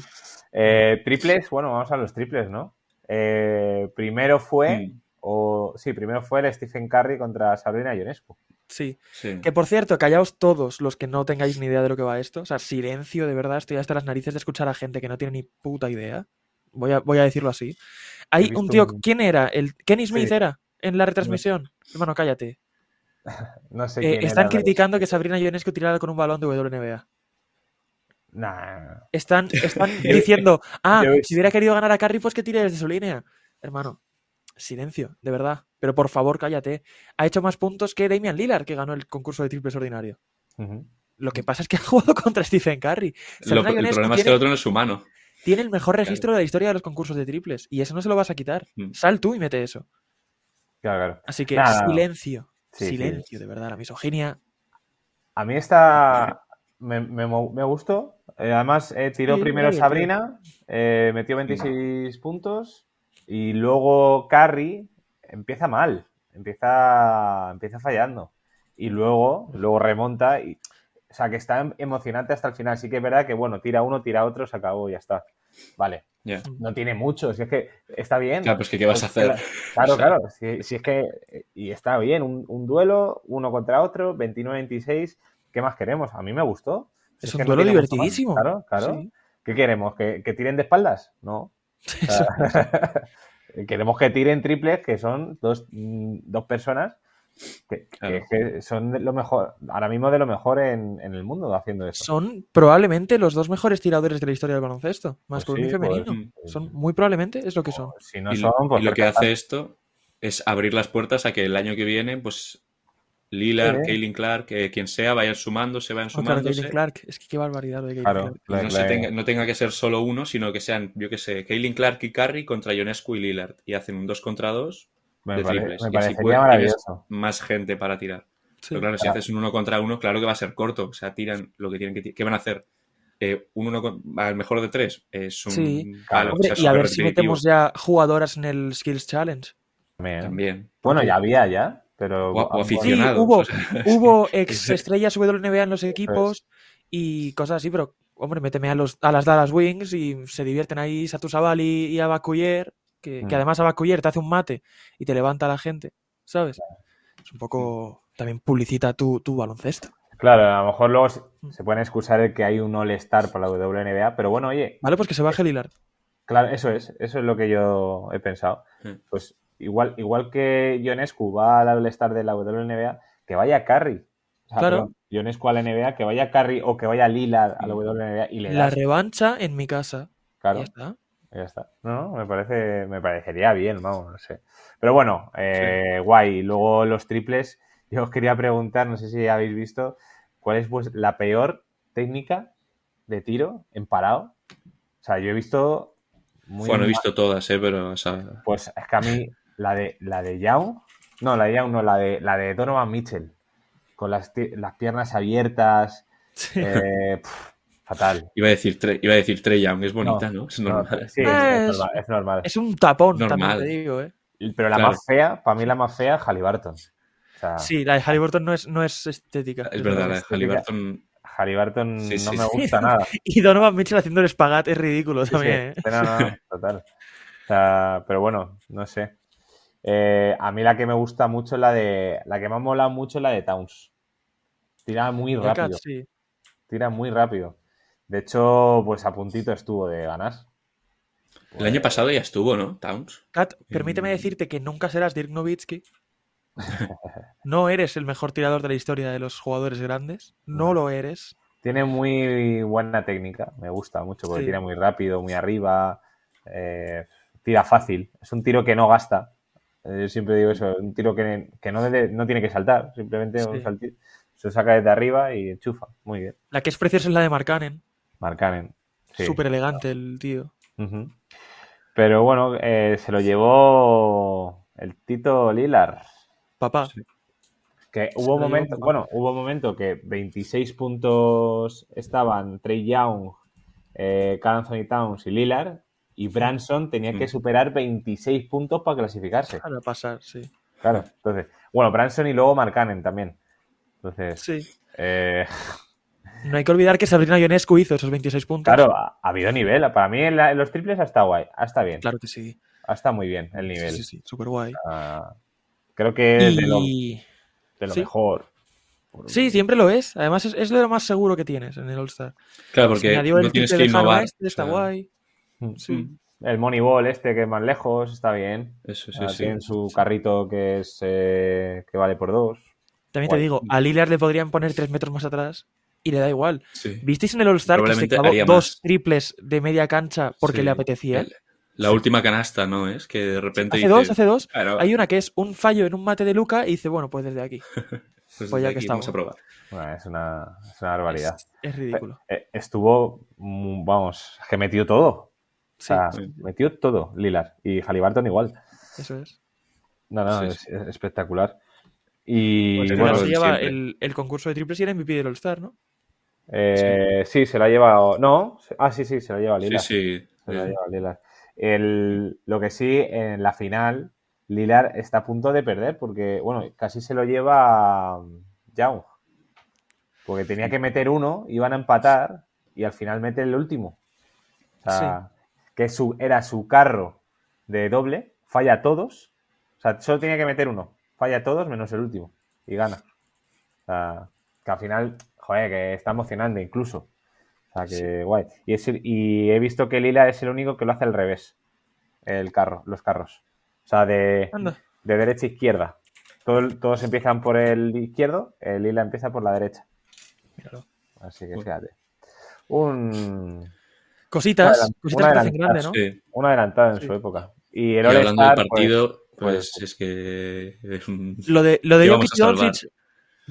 A: Eh, triples, bueno, vamos a los triples, ¿no? Eh, primero fue,
C: Mm.
A: o sí, primero fue el Stephen Curry contra Sabrina Ionescu.
B: Sí.
C: sí.
B: Que por cierto, callaos todos los que no tengáis ni idea de lo que va esto. O sea, silencio, de verdad, estoy hasta las narices de escuchar a gente que no tiene ni puta idea. Voy a, voy a decirlo así.
A: He
B: Hay
A: visto
B: un tío,
A: un-
B: ¿quién era? El Kenny Smith
A: Sí.
B: era en la retransmisión. Hermano, cállate.
A: No sé
B: Eh,
A: quién
B: están
A: era, pero-
B: criticando que Sabrina Ionescu tirara con un balón de WNBA.
A: Nah.
B: Están, están diciendo, ah,
A: Yo he visto-
B: si hubiera querido ganar a Curry, pues que tire desde su línea. Hermano, silencio, de verdad. Pero por favor, cállate. Ha hecho más puntos que Damian Lillard, que ganó el concurso de triples ordinario.
A: Ujú.
B: Lo
A: Mm.
B: que pasa es que ha jugado contra Stephen Curry.
C: Lo-
B: Sabrina
C: el
B: Ionescu
C: problema es que
B: tiene-
C: el otro no es humano.
B: Tiene el mejor registro de la historia de los concursos de triples. Y eso no se lo vas a quitar.
C: Mm.
B: Sal tú y mete eso.
A: Claro, claro.
B: Así que
A: Nada, no.
B: silencio.
A: Sí, sí.
B: silencio, de verdad. La misoginia.
A: A mí esta me, me mo- me gustó. Eh, además, eh, tiró
B: Sí,
A: primero
B: sí, sí.
A: Sabrina, eh, metió 26 puntos y luego Carrie empieza mal, empieza, empieza fallando. Y luego, luego remonta. Y, o sea, que está em- emocionante hasta el final. Sí que es verdad que, bueno, tira uno, tira otro, se acabó, ya está. Vale,
C: Ya.
A: no tiene mucho, si es que está bien.
C: Claro, pues que ¿qué vas a
A: Pues,
C: hacer?
A: Claro,
C: O sea.
A: claro. Si, si es que. eh, Y está bien, un, un duelo, uno contra otro, 29-26. ¿Qué más queremos? A mí me gustó. Si
B: Es
A: que
B: un
A: no
B: duelo
A: tiene mucho más.
B: divertidísimo.
A: Claro, claro.
B: Sí.
A: ¿Qué queremos? ¿Que, que tiren de espaldas? No. O sea, queremos que tiren triples, que son dos, mm, dos personas que, que-
C: Claro.
A: que son de lo mejor, ahora mismo de lo mejor en, en el mundo haciendo eso.
B: Son probablemente los dos mejores tiradores de la historia del baloncesto.
A: Pues
B: Masculino
A: sí,
B: y femenino.
A: joder.
C: Mm.
B: Son muy probablemente es lo que son.
A: Si no
C: y lo,
A: son, pues.
C: y lo que
A: perfecto.
C: hace esto es abrir las puertas a que el año que viene, pues Lillard,
A: Sí.
C: Kaylin Clark, eh, quien sea, vayan sumándose, vayan
B: Ah, claro, Caitlin
C: sumándose.
B: Clark. Es que qué barbaridad lo de Caitlin
A: Claro,
B: Clark.
C: Y no,
A: la-
C: se
A: la-
C: tenga, no tenga que ser solo uno, sino que sean, yo que sé, Kaylin Clark y Curry contra Ionescu y Lillard. Y hacen un 2 contra 2,
A: me
C: de
A: pare-
C: triples.
A: me
C: Y así
A: parecería
C: puede- tienes-
A: maravilloso.
C: más gente para tirar.
B: Sí.
C: Pero claro, si haces un uno contra uno, claro que va a ser corto. O sea, tiran lo que tienen que ti- ¿Qué van a hacer? Eh, un uno con- al mejor de tres. Es un
B: Sí.
C: palo,
A: Claro.
B: Hombre,
C: o sea,
B: y a
C: súper
B: ver si
C: repetitivo.
B: metemos ya jugadoras en el Skills Challenge.
A: También.
C: También.
A: Bueno, ya había ya, pero.
C: O, o
A: bueno,
B: afición.
C: aficionados.
B: hubo-
C: o sea,
B: Hubo ex estrellas WNBA en los equipos
A: es.
B: y cosas así, pero hombre, méteme a, los, a las Dallas Wings y se divierten ahí Satu Sabali y a Bacuyer, que,
A: Mm.
B: que además a Bacuyer te hace un mate y te levanta a la gente, ¿sabes? Es un poco también publicita tu, tu baloncesto.
A: Claro, a lo mejor luego se- se pueden excusar el que hay un All-Star para la WNBA, pero bueno, oye,
B: ¿Vale? Pues que se baje Lillard.
A: claro, eso es, eso es lo que yo he pensado.
C: Mm.
A: Pues igual, igual que Ionescu va al All-Star de la WNBA, que vaya Carrie O sea, claro. Perdón, Ionescu a la NBA, que vaya Curry o que vaya Lila a la WNBA y le das.
B: La revancha en mi casa.
A: Claro.
B: Ya está.
A: Ya está. No, me parece, me parecería bien, vamos, no sé. Pero bueno, eh, sí. guay. Luego los triples. Yo os quería preguntar, no sé si habéis visto, ¿cuál es pues, la peor técnica de tiro en parado? O sea, yo he visto.
C: Muy bueno, mal. he visto todas, ¿eh? Pero, o sea...
A: Pues es que a mí, la de, la de Young. No, la de Young no, la de, la de Donovan Mitchell. Con las, las piernas abiertas. Sí. Eh, pff, fatal.
C: Iba a decir, iba a decir Trey Young, es bonita, ¿no? ¿no? Es normal. No,
A: sí, es, es, normal, es, normal,
B: es un tapón, normal. También te digo, ¿eh?
A: Pero la claro. más fea, para mí la más fea, Halliburton. O sea,
B: sí, la de Halliburton no es, no es estética.
C: Es verdad, la de Halliburton.
A: Halliburton sí, sí, no me gusta nada.
B: Y Donovan Mitchell haciendo el espagat es ridículo también. ¿eh?
A: No, no, total. O sea, pero bueno, no sé. Eh, a mí la que me gusta mucho es la de. La que me ha molado mucho es la de Towns. Tira muy rápido. Cat, sí. Tira muy rápido. De hecho, pues a puntito estuvo de ganar.
C: El bueno. año pasado ya estuvo, ¿no? Towns.
B: Kat, permíteme en... decirte que nunca serás Dirk Nowitzki. no eres el mejor tirador de la historia de los jugadores grandes. No lo eres.
A: Tiene muy buena técnica. Me gusta mucho porque sí. tira muy rápido, muy arriba. Eh, tira fácil. Es un tiro que no gasta. Eh, Yo siempre digo eso, un tiro que, que no, debe, no, tiene que saltar, simplemente sí. un saltir, se saca desde arriba y enchufa. Muy bien.
B: La que es preciosa es la de Marcanen.
A: Marcanen.
B: Súper sí, elegante claro. el tío. Uh -huh.
A: Pero bueno, eh, se lo llevó el Tito Lilar.
B: Papá. Sí.
A: Que hubo momentos, bueno, hubo un momento que 26 puntos estaban Trey Young, eh, Anthony Towns y Lilar, y Branson tenía
B: Mm.
A: que superar 26 puntos para clasificarse.
B: Para pasar, sí.
A: Claro, entonces, bueno, Branson y luego Marcanen también. Entonces,
B: sí.
A: Eh...
B: No hay que olvidar que Sabrina Ionescu hizo esos 26 puntos.
A: Claro, ha, ha habido nivel. Para mí en, la, en los triples ha estado guay, ha estado bien.
B: Claro que sí.
A: Ha estado muy bien el nivel.
B: Sí, sí, sí súper guay.
A: Ah, creo que es y... de lo, de lo ¿Sí? mejor.
B: Sí, siempre lo es. Además, es, es, de lo más seguro que tienes en el All-Star.
C: Claro, porque si no tienes que innovar.
B: Este, está claro. guay. Sí.
A: Mm. El Moneyball este que es más lejos está bien.
C: Mm, Eso sí, sí.
A: Tiene Ah, su carrito que es eh, que vale por dos.
B: También Guay. te digo, a Lillard le podrían poner tres metros más atrás y le da igual. Sí. ¿Visteis en el All-Star que se clavó dos más. triples de media cancha porque le apetecía? El,
C: la última canasta, ¿no? Es que de repente.
B: Hace dice, Ah, dos, hace dos. Claro. Hay una que es un fallo en un mate de Luca y dice, bueno, pues desde aquí.
C: pues,
B: pues ya
C: aquí
B: que estamos.
C: Vamos a probar.
A: Bueno, es, una, es una barbaridad. Eh,
B: Es, es ridículo.
A: Estuvo, vamos, que metió todo. Sí.
B: ah.
A: O sea, metió todo, Lilar. Y Halliburton igual.
B: Eso es.
A: No, no, sí, es, sí. es, espectacular. Y
B: pues bueno, se lleva el, el, concurso de triples y era MVP del All-Star, ¿no?
A: Eh, sí. se la lleva. No, ah, sí, sí, se la lleva Lilar.
C: Sí, sí.
A: Se la lleva Lilar. El, lo que sí, en la final, Lilar está a punto de perder porque, bueno, casi se lo lleva um, Young. Porque tenía que meter uno, iban a empatar y al final mete el último. O sea, que su, era su carro de doble, falla a todos. O sea, solo tenía que meter uno. Falla a todos menos el último. Y gana. O sea, que al final, joder, que está emocionante incluso. O sea, que sí. guay. Y, es, y, he visto que Lila es el único que lo hace al revés. El carro, los carros. O sea, de, de derecha a izquierda. Todos, todos empiezan por el izquierdo, el Lila empieza por la derecha.
B: Míralo.
A: Así que fíjate. Un,
B: Cositas, una cositas que hacen grande, ¿no? Sí.
A: Un adelantado en sí. su época. Y, el
C: y hablando Star, del partido, pues, pues, pues, es que. Es un...
B: Lo de, lo de Jokic Jokic.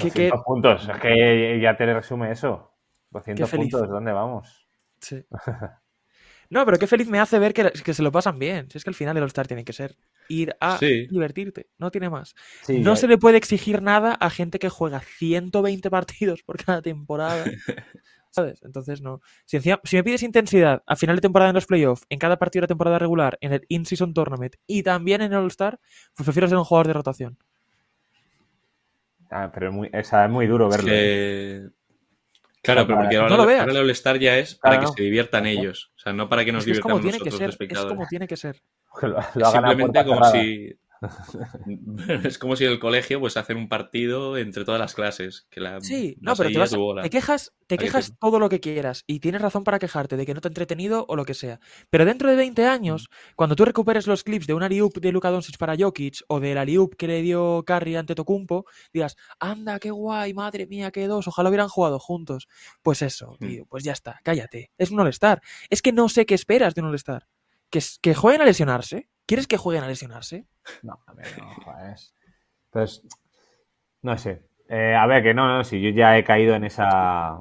A: Que, que... puntos, es que ya te resume eso. 200 puntos, ¿dónde vamos?
B: Sí. no, pero qué feliz me hace ver que, que se lo pasan bien. Si es que al final el All-Star tiene que ser ir a sí. divertirte, no tiene más. no se le puede exigir nada a gente que juega 120 partidos por cada temporada. ¿sabes? Entonces no. Si, encima, si, me pides intensidad a final de temporada en los playoffs, en cada partido de la temporada regular, en el in-season tournament y también en el All-Star, pues prefiero ser un jugador de rotación.
A: Ah, pero es muy, o sea, es muy duro verlo.
C: Eh... Claro, pero porque ahora, no ahora, el All-Star ya es para claro, que no. se diviertan ellos. O sea, no para que nos es que
B: es
C: divirtamos
B: como tiene
C: nosotros,
B: que ser,
C: espectadores.
B: Es como tiene que ser.
A: Lo,
C: lo Simplemente como cerrada. si es como si en el colegio pues hacen un partido entre todas las clases. Que la,
B: Sí,
C: la
B: no, pero te,
C: salida
B: vas-
C: tuvo la-
B: te quejas, te quejas
C: Aguirre.
B: todo lo que quieras y tienes razón para quejarte de que no te ha entretenido o lo que sea. Pero dentro de 20 años,
A: Mm.
B: cuando tú recuperes los clips de un Ariup de Luka Doncic para Jokic o del Ariup que le dio Curry ante Tocumpo, digas, anda, qué guay, madre mía, qué dos, ojalá hubieran jugado juntos. Pues eso,
C: Mm.
B: tío, pues ya está, cállate. Es un All-Star. Es que no sé qué esperas de un All-Star. Que, s- que jueguen a lesionarse. ¿Quieres que jueguen a lesionarse?
A: No, a ver, no, joder, es- Entonces, no sé. Eh, a ver, que no, no, si yo ya he caído en esa.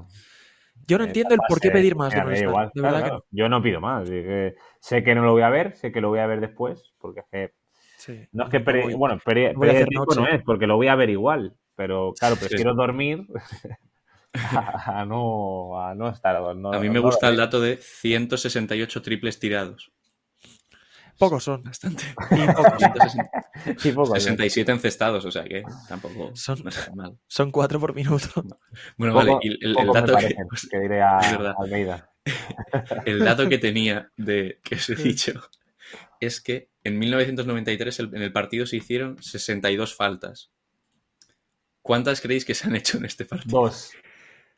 B: Yo no
A: en
B: entiendo el
A: esa
B: por qué
A: fase de
B: pedir más de
A: que me
B: un
A: da
B: All-Star.
A: igual,
B: De
A: claro,
B: verdad que
A: claro.
B: no.
A: Yo no pido más. así que sé que no lo voy a ver, sé que lo voy a ver después, porque es que.
B: Sí.
A: No es que.
B: voy-
A: pere- bueno, pere-
B: voy
A: pérdida de
B: a hacer
A: tiempo no
B: noche.
A: es, porque lo voy a ver igual. Pero claro, prefiero
C: sí.
A: dormir a, a no, a no estar. no-
C: A mí
A: no
C: me gusta
A: dormir.
C: el dato de 168 triples tirados.
B: Pocos son.
C: Bastante.
B: Y pocos.
C: 160
A: Sí, poco, sí.
C: 67 encestados, o sea que tampoco
B: Son-
C: no está mal.
B: Son cuatro por minuto.
C: Bueno,
A: Poco-
C: vale, y el, el
A: poco me
C: dato que,
A: parecen, que diré a
C: es verdad.
A: a Almeida.
C: el dato que tenía de que os he
B: Sí.
C: dicho es que en 1993 el- en el partido se hicieron 62 faltas. ¿Cuántas creéis que se han hecho en este partido?
A: Dos.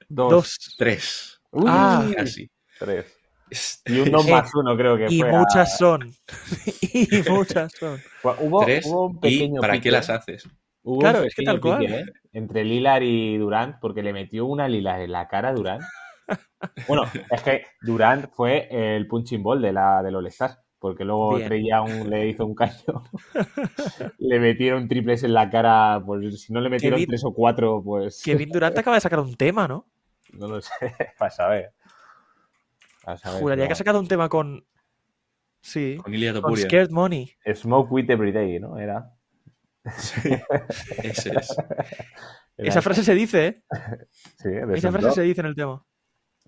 A: Dos.
B: Dos.
C: Tres.
A: Uy,
B: Ah.
C: Casi.
A: Tres.
C: Es-
A: Y un 2
B: Eh,
A: más uno creo que
B: Y
A: fue. a-
B: muchas son. y muchas son.
A: Bueno, hubo,
C: tres.
A: hubo un
C: ¿Y
A: pequeño
C: para
A: pique,
C: qué las haces?
A: Hubo un
B: Claro, es que
A: pequeño
B: tal cual.
A: pique, ¿eh? Entre Lilar y Durant, porque le metió una Lilar en la cara a Durant. Bueno, es que Durant fue el punching ball de la, del All-Star, porque luego
B: Bien.
A: Trey Young le hizo un caño. le metieron triples en la cara, pues si no le metieron
B: Kevin-
A: tres o cuatro, pues
B: Kevin Durant acaba de sacar un tema, ¿no?
A: no lo sé, para saber. Para saber,
B: Juraría que ha
A: no.
B: sacado un tema con. Sí.
C: Con Ilia
B: Con
C: Topuria.
B: Scared Money.
A: Smoke with every day, ¿no? Era.
C: Ese es.
A: era-
B: Esa frase se dice, ¿eh?
A: sí, de
B: Esa
A: Snoop
B: frase
A: Dogg.
B: se dice en el tema.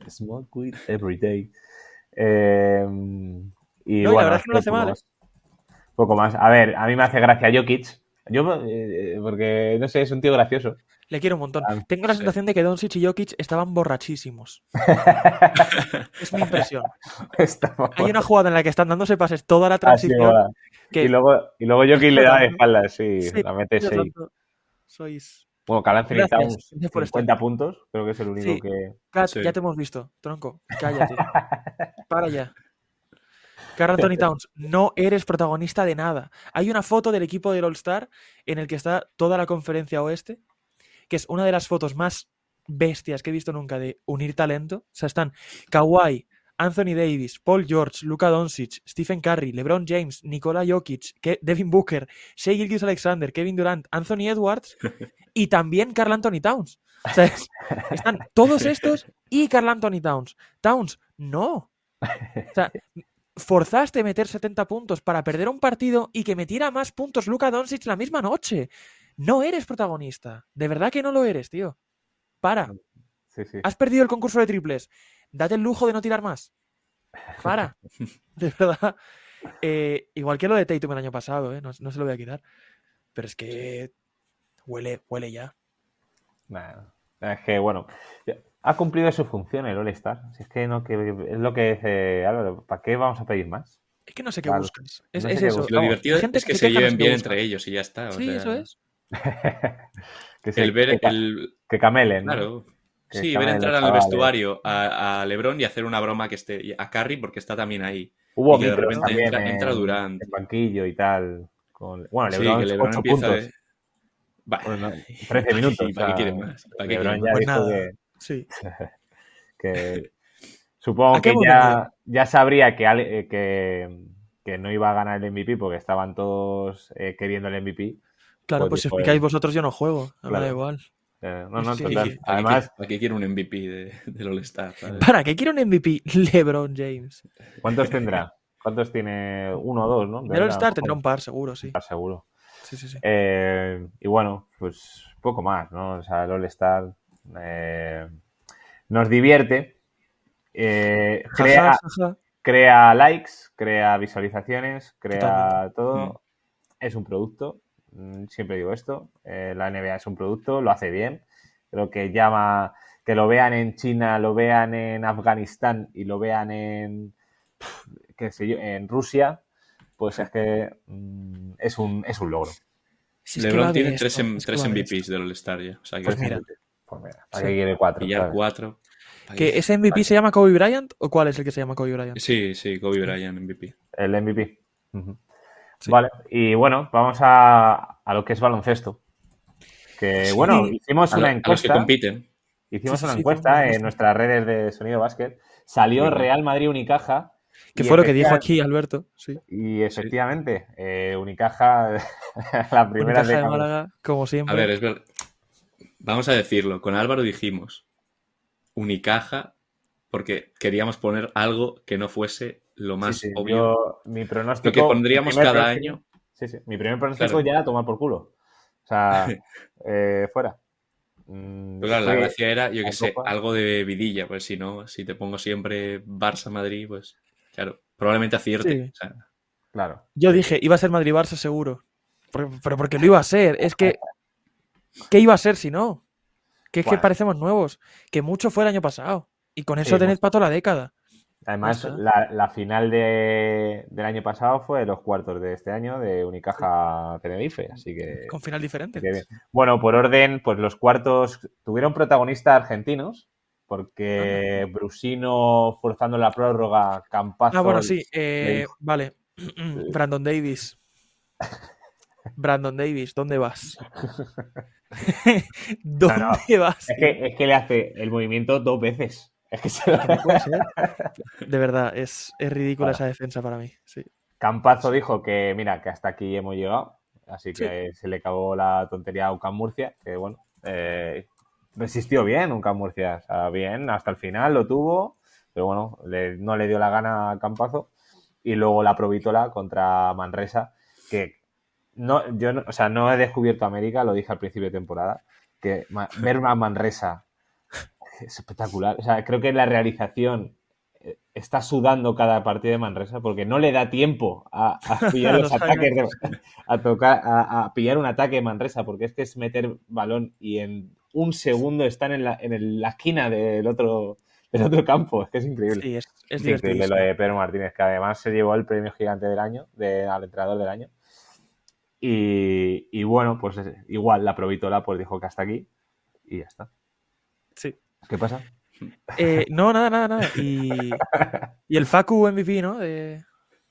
A: Smoke weed every day. Eh, y
B: No, y la
A: bueno,
B: verdad es que no lo hace
A: poco
B: mal, ¿eh?
A: más. Poco más. A ver, a mí me hace gracia Jokic. Yo, eh, porque, no sé, es un tío gracioso.
B: Le quiero un montón.
A: Ah,
B: Tengo la
C: sí.
B: sensación de que Doncic y Jokic estaban borrachísimos. es mi impresión.
A: Estamos-
B: Hay una jugada en la que están dándose pases toda la
A: así
B: transición.
A: mola.
B: que
A: y, luego, y luego Jokic le da de
B: Sí,
A: espaldas, sí,
B: sí,
A: la mete
B: por
A: 6.
B: lo tanto, sois.
A: Bueno, que han necesitado
B: Gracias,
A: unos
B: gracias por estar.
A: 50 puntos, creo que es el único
B: Sí.
A: que...
B: Kat,
C: Sí.
B: ya te hemos visto, tronco. Cállate. Para ya. Carl Anthony Towns, no eres protagonista de nada. Hay una foto del equipo del All-Star en el que está toda la conferencia oeste, que es una de las fotos más bestias que he visto nunca de unir talento. O sea, están Kawhi, Anthony Davis, Paul George, Luka Doncic, Stephen Curry, LeBron James, Nikola Jokic, Ke- Devin Booker, Shea Gilgis Alexander, Kevin Durant, Anthony Edwards y también Carl Anthony Towns. O sea, es- están todos estos y Carl Anthony Towns. Towns, no. O sea, forzaste meter 70 puntos para perder un partido y que metiera más puntos Luka Doncic la misma noche. No eres protagonista. De verdad que no lo eres, tío. Para.
A: Sí, sí.
B: Has perdido el concurso de triples. Date el lujo de no tirar más. Para. De verdad. Eh, igual que lo de Tatum el año pasado, ¿eh? no, no se lo voy a quitar. Pero es que huele, huele ya.
A: Nah, es que, bueno, ha cumplido su función el All-Star. Si es que, no, que es lo que dice Álvaro, ¿para qué vamos a pedir más?
B: Es que no sé qué
A: Claro.
B: buscas. Es,
A: No sé
B: es
A: qué
B: eso.
A: buscas.
C: Lo
A: Vamos,
C: divertido
B: hay gente
C: es que
B: que
C: se
B: queja
C: lleven
B: que
C: bien
B: busca.
C: entre ellos ¿eh? y ya está. o
B: Sí,
C: sea,
B: eso es.
A: que, se-
C: El ver,
A: que,
C: el,
A: que camelen. ¿no?
C: Claro.
A: Que
C: Sí,
A: estaban
C: ver
A: en
C: entrar
A: los
C: al
A: chavales.
C: vestuario a, a LeBron y hacer una broma que esté a Curry porque está también ahí.
A: Hubo
C: y que de
A: micros
C: repente
A: también
C: entra,
A: en-
C: entra Durant.
A: en banquillo y tal. Con, bueno,
C: Sí,
A: LeBron,
C: que LeBron
A: ocho
C: empieza
A: puntos.
C: de- Bah,
A: Bueno, no, 13 minutos.
C: ¿Y para qué
A: o sea,
C: quiere más? ¿Para qué
A: LeBron
C: quiere
A: ya
C: más?
B: Pues
A: dijo
B: nada.
A: que,
B: Sí.
A: que- supongo
B: ¿A qué
A: que
B: hemos
A: ya, ya sabría que, al- eh, que, que no iba a ganar el MVP porque estaban todos eh, queriendo el MVP.
B: Claro,
A: Pues
B: pues si
A: dijo él.
B: explicáis vosotros, yo no juego. No me
A: Claro.
B: da igual.
A: Eh, no, no,
B: Sí.
A: total.
C: ¿Para qué
A: Además,
C: quiere- ¿Para qué quiere un MVP de, del All-Star? ¿sabes?
B: ¿Para qué quiere un MVP LeBron James?
A: ¿cuántos tendrá? ¿Cuántos tiene? Uno o dos, ¿no?
B: El All-Star tendrá un par, seguro, sí.
A: par, seguro.
B: Sí, sí, sí.
A: Eh, y bueno, pues poco más, ¿no? O sea, el All-Star eh, nos divierte, eh,
B: Ajá,
A: crea,
B: ajá.
A: crea likes, crea visualizaciones, crea
B: Totalmente.
A: todo.
C: Mm.
A: Es un producto, mm, siempre digo esto, eh, la NBA es un producto, lo hace bien. Creo que llama, que lo vean en China, lo vean en Afganistán y lo vean en, pf, qué sé yo, en Rusia, pues es que mm, es, un, es un logro.
B: Si es que
C: LeBron
B: va de
C: tiene
B: esto,
C: tres, em-
B: es que
C: tres
B: va de esto.
C: MVPs del All-Star ya. O sea, que
A: Pues
B: mira.
A: Pues mira, ¿para qué quiere cuatro?
C: pillar
A: ¿sabes?
C: cuatro. ¿para
B: ¿Que
C: qué?
B: ese MVP se llama Kobe Bryant o cuál es el que se llama Kobe Bryant?
C: Sí, sí, Kobe Bryant MVP.
A: El MVP. Ujú.
B: Sí.
A: Vale, y bueno, vamos a, a lo que es baloncesto. Que
B: Sí.
A: bueno, hicimos
C: A, lo-
A: una
C: a los que
A: encuesta.
C: compiten.
A: Hicimos
B: Sí, sí,
A: una encuesta
B: sí, hicimos una
A: en
B: encuesta.
A: nuestras redes de Sonido Básquet. Salió
C: Ujú.
A: Real Madrid Unicaja.
B: Que
A: y
B: fue lo que dijo
A: efectiva-
B: aquí Alberto. Sí.
A: Y efectivamente, eh, Unicaja, la primera
B: Unicaja de
A: década.
B: Málaga, como
C: A
B: siempre.
C: ver, es verdad. Vamos a decirlo. Con Álvaro dijimos Unicaja porque queríamos poner algo que no fuese lo más
A: Sí, sí,
C: obvio.
A: yo- mi pronóstico.
C: lo que pondríamos
A: mi primer
C: cada
A: pronóstico-
C: año.
A: Sí, sí. Mi primer pronóstico
C: Claro.
A: ya era tomar por culo. O sea, eh, fuera. Mm,
C: Pero claro, la
A: fue-
C: gracia era, yo
A: la
C: que sé,
A: Copa.
C: algo de vidilla, pues si no, si te pongo siempre Barça-Madrid, pues claro, probablemente acierte.
B: Sí.
C: o sea,
A: Claro.
B: Yo dije, iba a ser Madrid-Barça seguro. Pero, pero porque lo iba a ser. Es que. ¿Qué iba a ser si no? Que es
A: Bueno.
B: que parecemos nuevos. Que mucho fue el año pasado. Y con eso
A: Sí,
B: tened para toda la década.
A: Además,
B: Ya está.
A: la, la final de- del año pasado fue los cuartos de este año de Unicaja Tenerife, así que,
B: Con final diferente.
A: así eh, que bien. Bueno, por orden, pues los cuartos tuvieron protagonistas argentinos, porque Brusino forzando la prórroga, Campazo.
B: Ah, bueno, sí. eh,
A: dijo.
B: vale. Brandon Davis. Brandon Davis, ¿dónde vas? ¿Dónde
A: No,
B: vas?
A: Es que, es que le hace el movimiento dos veces. Es que se lo-
B: Que no puede ser. De verdad, es, es ridícula esa defensa para mí. Sí.
A: Campazo dijo que, mira, que hasta aquí hemos llegado, así que se le cagó la tontería a Ucán Murcia, que bueno, eh, resistió bien Ucán Murcia, o sea, bien, hasta el final lo tuvo, pero bueno, le- no le dio la gana a Campazo. Y luego la Provítola contra Manresa, que no, yo no, o sea, no he descubierto América, lo dije al principio de temporada, que ma- ver a Manresa es espectacular. O sea, creo que la realización eh, está sudando cada partido de Manresa porque no le da tiempo a, a pillar los
B: Los
A: ataques, de- a tocar, a, a pillar un ataque de Manresa, porque es que es meter balón y en un segundo están en la, en el- la esquina del otro, del otro campo. Es que es increíble.
B: Sí, es, es
A: Es increíble lo
B: divertidísimo.
A: de Pedro Martínez, que además se llevó el premio gigante del año, de- al entrenador del año. Y, y bueno, pues es- igual la provítola pues dijo que hasta aquí y ya está.
B: Sí.
A: ¿Qué pasa?
B: Eh, no, nada, nada, nada. Y, y el Facu MVP, ¿no? De-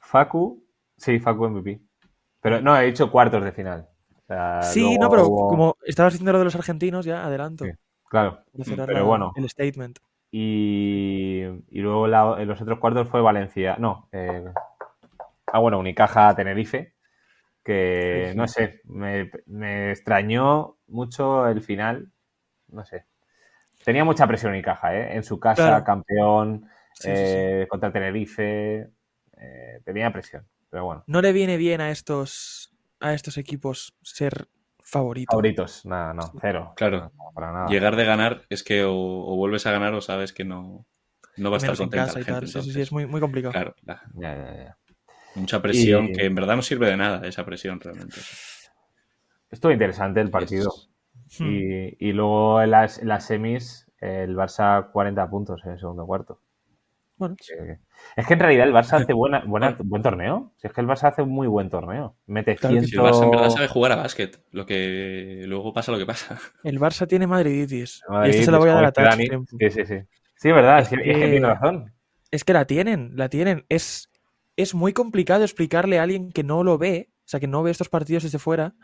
A: Facu, sí, Facu MVP. Pero no, he dicho cuartos de final. O sea,
B: Sí,
A: Ah, luego
B: no, pero
A: hubo-
B: como estabas diciendo lo de los argentinos, ya adelanto.
A: Sí, Claro.
B: Para cerrar
A: pero
B: la-
A: bueno.
B: el statement.
A: Y, y luego la- en los otros cuartos fue Valencia. No. eh, ah, bueno, Unicaja Tenerife. Que
C: Sí, sí.
A: no sé, me, me extrañó mucho el final. No sé. Tenía mucha presión Unicaja, ¿eh? En su casa,
B: Claro.
A: campeón,
B: Sí, sí, sí.
A: eh, contra Tenerife. eh, tenía presión. Pero bueno,
B: No le viene bien a estos, a estos equipos ser favoritos.
A: favoritos, nada, no, cero.
C: Claro.
A: No, para nada.
C: Llegar de ganar es que o, o vuelves a ganar o sabes que no, no va a estar
B: menos en
C: contenta
B: casa
C: la
B: y
C: gente.
B: tal. Sí, sí, sí,
C: entonces.
B: es muy, muy complicado.
C: Claro, la-
A: Ya, ya, ya.
C: mucha presión
A: Y-
C: que en verdad no sirve de nada esa presión realmente.
A: Estuvo interesante el partido.
C: Es-
B: Hmm.
A: Y, y luego en las, en las semis, el Barça 40 puntos en el segundo cuarto.
B: Bueno,
A: Eh, Es que en realidad el Barça hace buena, buena- buen torneo. Si es que el Barça hace un muy buen torneo. Mete
B: Claro que
C: Si el Barça en verdad
A: 100.
C: sabe jugar a básquet, lo que luego pasa lo que pasa.
B: el Barça tiene Madriditis.
A: Madrid,
B: y esta se la voy a dar a
A: joder,
B: Tachi
A: Dani. Sí,
B: siempre.
A: sí, sí. Sí, es verdad.
B: Es
A: sí, Es
B: que-
A: que tiene razón.
B: Es que la tienen, la tienen. Es, es muy complicado explicarle a alguien que no lo ve, o sea, que no ve estos partidos desde fuera,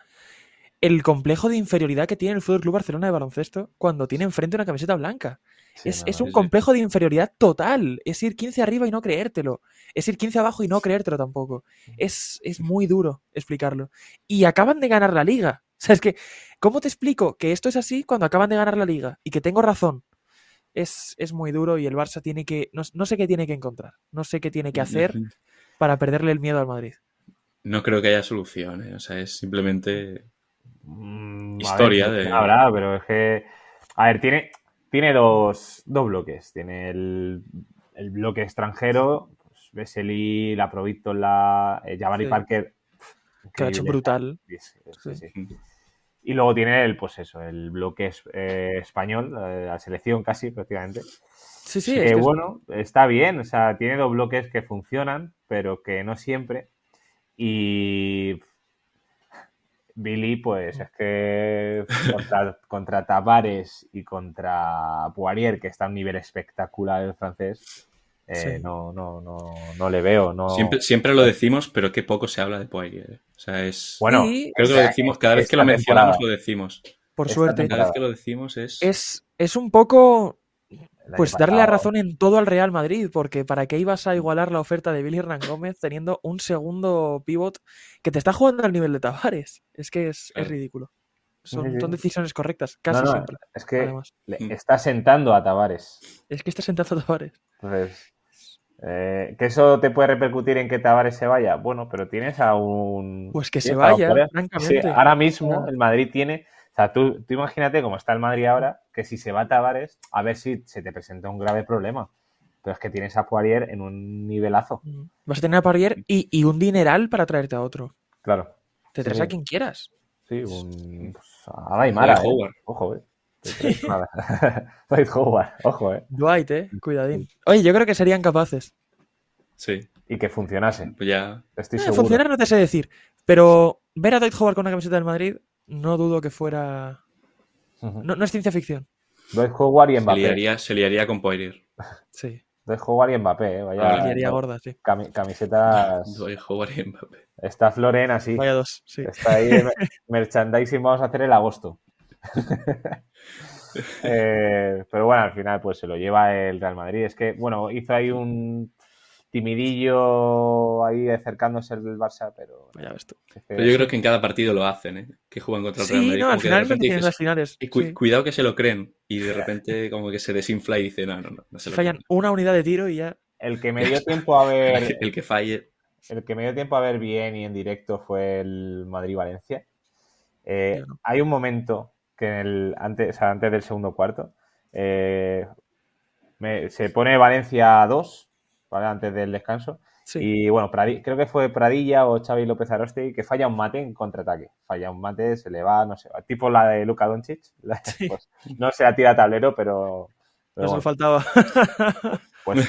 B: el complejo de inferioridad que tiene el Fútbol Club Barcelona de baloncesto cuando tiene enfrente una camiseta blanca.
A: Sí,
B: es,
A: no,
B: es
A: no,
B: un
C: sí.
B: complejo de inferioridad total. Es ir 15 arriba y no creértelo. Es ir 15 abajo y no creértelo tampoco. Es, es muy duro explicarlo. Y acaban de ganar la liga. O sea, es que, ¿cómo te explico que esto es así cuando acaban de ganar la liga? Y que tengo razón. Es, es muy duro y el Barça tiene que. No, no sé qué tiene que encontrar. No sé qué tiene que hacer para perderle el miedo al Madrid.
C: No creo que haya solución, ¿eh? o sea, es simplemente
A: Mm, a ver,
C: Historia
A: sí,
C: de-
A: Habrá, pero es que. A ver, tiene, tiene dos, dos bloques. Tiene el, el bloque extranjero, pues, Vesely, la Provítola, eh, Jabari
B: Sí.
A: Parker.
B: Que lo ha hecho
A: increíble.
B: brutal.
A: Sí, sí, sí,
B: Sí.
A: este, sí. Y luego tiene el, pues eso, el bloque es- eh, español, eh, la selección casi prácticamente.
B: Sí, sí,
A: Que,
B: es que es-
A: bueno, está bien, o sea, tiene dos bloques que funcionan, pero que no siempre. Y Billy, pues es que contra, contra Tavares y contra Poirier, que está a un nivel espectacular el francés, eh, sí. no, no, no, no le veo. No...
C: Siempre, siempre lo decimos, pero que poco se habla de Poirier. eh, O sea, es.
A: Bueno,
C: sí. creo que lo decimos, cada vez que lo mencionamos temporada. lo decimos.
B: Por Esta suerte.
C: Temporada. Cada vez que lo decimos es.
B: Es, es un poco. Pues darle la razón en todo al Real Madrid, porque ¿para qué ibas a igualar la oferta de Billy Hernán Gómez teniendo un segundo pivot que te está jugando al nivel de Tavares? Es que es,
A: Eh,
B: es ridículo. Son, son, decisiones correctas, casi no, no, siempre.
A: Es que además. está sentando a Tavares.
B: Es que está sentando a Tavares.
A: Entonces, eh, ¿que eso te puede repercutir en que Tavares se vaya? Bueno, pero tienes a un.
B: Pues que se vaya, francamente.
A: Sí, ahora mismo el Madrid tiene. O sea, tú, tú, imagínate cómo está el Madrid ahora, que si se va Tavares, a ver si se te presenta un grave problema. Pero es que tienes a Poirier en un nivelazo.
B: Mm. Vas a tener a Poirier y, y un dineral para traerte a otro.
A: Claro.
B: Te traes sí, a quien quieras.
A: Sí, un. Pues, a Daimara. Eh. Ojo, eh. Dwight Howard, ojo, eh.
B: Dwight, eh, cuidadín. Oye, yo creo que serían capaces.
C: Sí.
A: Y que funcionase.
C: Pues ya.
A: Estoy
B: eh,
A: seguro.
B: Funcionar no te sé decir, pero ver a Dwight Howard con una camiseta del Madrid no dudo que fuera. Uh -huh. no, no, es ciencia ficción.
A: Dwight Howard y Mbappé.
C: Se liaría, se liaría con Poirier.
B: Sí.
A: Dwight Howard y Mbappé, eh.
C: Ah,
A: Vaya,
B: se liaría gorda, sí.
A: Cam camisetas.
C: Dwight Howard y Mbappé.
A: Está Floren así.
B: Vaya dos, sí.
A: Está ahí merchandising, vamos a hacer el agosto. eh, pero bueno, al final pues se lo lleva el Real Madrid. Es que, bueno, hizo ahí un timidillo ahí acercándose el del Barça, pero...
B: Ya ves tú.
C: Pero yo creo que en cada partido lo hacen, ¿eh? Que juegan contra el Real Madrid.
B: Sí, no, al final dices, las finales.
C: Y cu sí. Cuidado que se lo creen y de repente como que se desinfla y dice, no, no, no. no se
B: Fallan
C: creen.
B: una unidad de tiro y ya...
A: El que me dio tiempo a ver...
C: el que falle.
A: El que me dio tiempo a ver bien y en directo fue el Madrid-Valencia. Eh, no. Hay un momento que en el, antes, o sea, antes del segundo cuarto. Eh, me, se pone Valencia 2, ¿vale? Antes del descanso. Sí. Y bueno, Pradi, creo que fue Pradilla o Xavi López Aroste que falla un mate en contraataque. Falla un mate, se le va, no sé, tipo la de Luka Doncic. La, sí. pues, no se la tira a tablero, pero... pero
B: Eso bueno. faltaba.
A: Pues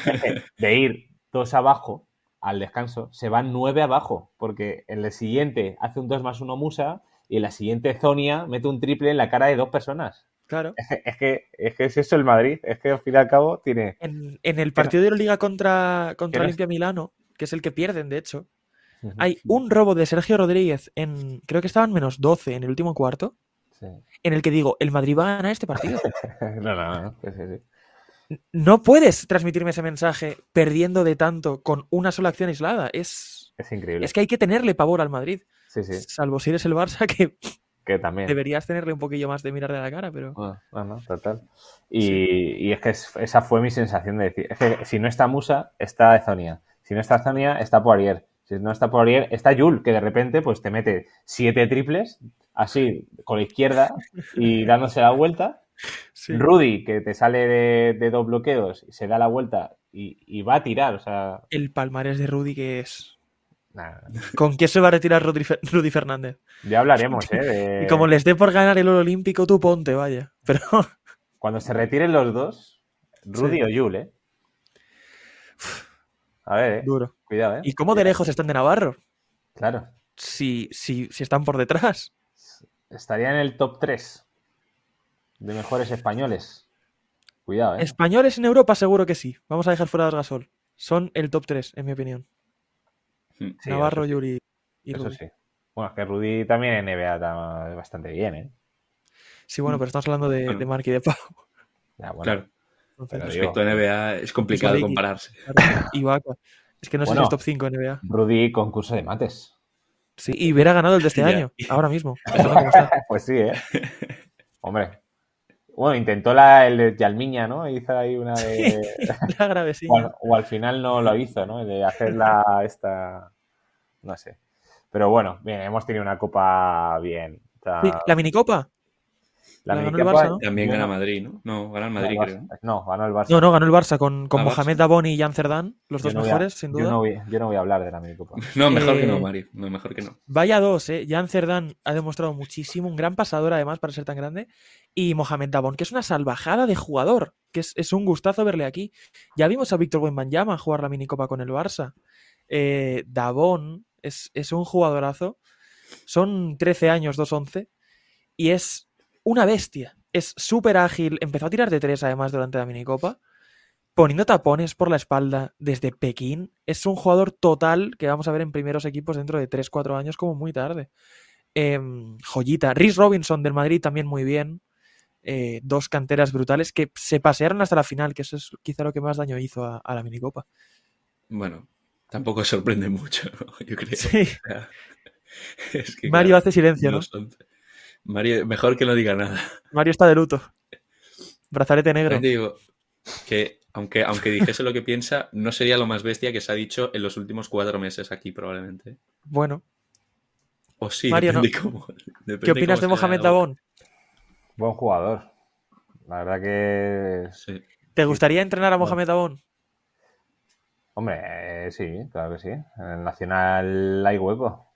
A: de ir dos abajo al descanso, se van nueve abajo, porque en el siguiente hace un 2 más 1 Musa y en la siguiente Zonia mete un triple en la cara de dos personas.
B: Claro.
A: Es que es, que es eso el Madrid, es que al fin y al cabo tiene...
B: En, en el partido de la Liga contra, contra Olimpia Milano, que es el que pierden de hecho, uh
C: Ah,
B: -huh. hay un robo de Sergio Rodríguez en, creo que estaban menos 12 en el último cuarto, sí. en el que digo, el Madrid va a ganar este partido.
A: no, no, no, sí, sí.
B: No puedes transmitirme ese mensaje perdiendo de tanto con una sola acción aislada. Es,
A: es increíble.
B: Es que hay que tenerle pavor al Madrid.
A: Sí, sí.
B: Salvo si eres el Barça, que,
A: que también.
B: deberías tenerle un poquillo más de mirar de la cara, pero.
A: Ah, ah, no, total. Y, sí. y, es que es, esa fue mi sensación de decir: es que si no está Musa, está Zonia. Si no está Zonia, está Poirier. Si no está Poirier, está Yul, que de repente pues te mete siete triples, así, con la izquierda y dándose la vuelta. Rudy, que te sale de, de, dos bloqueos, se da la vuelta y, y va a tirar. O sea...
B: El palmarés de Rudy que es.
A: Nah.
B: ¿Con qué se va a retirar Rudy, Fer Rudy Fernández?
A: Ya hablaremos, ¿eh? De...
B: Y como les dé por ganar el oro olímpico, tú ponte, vaya. Pero...
A: Cuando se retiren los dos, Rudy sí. o Yul, ¿eh? A ver, ¿eh?
B: Duro.
A: Cuidado, ¿eh?
B: ¿Y cómo de lejos están de Navarro?
A: Claro.
B: Si, si, si están por detrás.
A: Estaría en el top 3 de mejores españoles. Cuidado, ¿eh?
B: Españoles en Europa seguro que sí. Vamos a dejar fuera a Gasol. Son el top 3, en mi opinión. Sí, Navarro, sí. Yuri y
A: Rudy. Eso sí. Bueno, es que Rudy también en NBA está bastante bien, ¿eh?
B: Sí, bueno, pero estamos hablando de, bueno. de Mark y de Pau.
A: Ya, bueno.
C: Claro. Pero respecto digo, a NBA es complicado es compararse.
B: Y Vaca. Es que no bueno, sé si es top 5 en NBA.
A: Rudy, concurso de mates.
B: Sí, y hubiera ganado el de este año, ahora mismo.
A: pues sí, ¿eh? Hombre. Bueno, intentó la, el de Yalmiña, ¿no? Hizo ahí una de.
B: la gravecilla.
A: O al, o al final no lo hizo, ¿no? El de hacer la. Esta no sé. Pero bueno, bien, hemos tenido una copa bien. O sea...
B: sí, la minicopa.
C: La, la minicopa ganó el Barça, ¿no? También gana Madrid, ¿no? No, gana el Madrid,
A: no,
C: el creo.
A: No, ganó el Barça.
B: No, no, ganó el Barça con, con Mohamed Daboni y Jan Cerdán, los yo dos
A: no
B: mejores,
A: a,
B: sin duda.
A: Ah, Yo no, voy, yo no, voy, a hablar de la minicopa.
C: no, mejor eh... que no, Mario. No, mejor que no.
B: Vaya dos, ¿eh? Jan Cerdán ha demostrado muchísimo, un gran pasador además para ser tan grande. Y Mohamed Dabon, que es una salvajada de jugador, que es, es un gustazo verle aquí. Ya vimos a Víctor Wembanyama jugar la minicopa con el Barça. Eh, Davon Es, es un jugadorazo. Son 13 años, 2-11. Y es una bestia. Es súper ágil. Empezó a tirar de tres, además, durante la minicopa. Poniendo tapones por la espalda desde Pekín. Es un jugador total que vamos a ver en primeros equipos dentro de 3-4 años, como muy tarde. Eh, joyita. Rhys Robinson del Madrid también muy bien. Eh, dos canteras brutales que se pasearon hasta la final, que eso es quizá lo que más daño hizo a, a la minicopa.
C: Bueno, tampoco sorprende mucho, ¿no? yo creo.
B: Sí. es que, Mario claro, hace silencio, ¿no?
C: Mario, mejor que no diga nada.
B: Mario está de luto. Brazalete negro.
C: Te digo que aunque, aunque dijese lo que piensa, no sería lo más bestia que se ha dicho en los últimos cuatro meses aquí, probablemente.
B: Bueno.
C: O sí,
B: Mario,
C: depende
B: no.
C: cómo- depende
B: ¿Qué opinas de
C: cómo se
B: Mohamed
C: le haga la boca.
B: Dabón?
A: Buen jugador. La verdad que. es-
C: Sí.
B: ¿Te gustaría entrenar a Mohamed Dabón?
A: Hombre, eh, sí, claro que sí. En el Nacional hay hueco.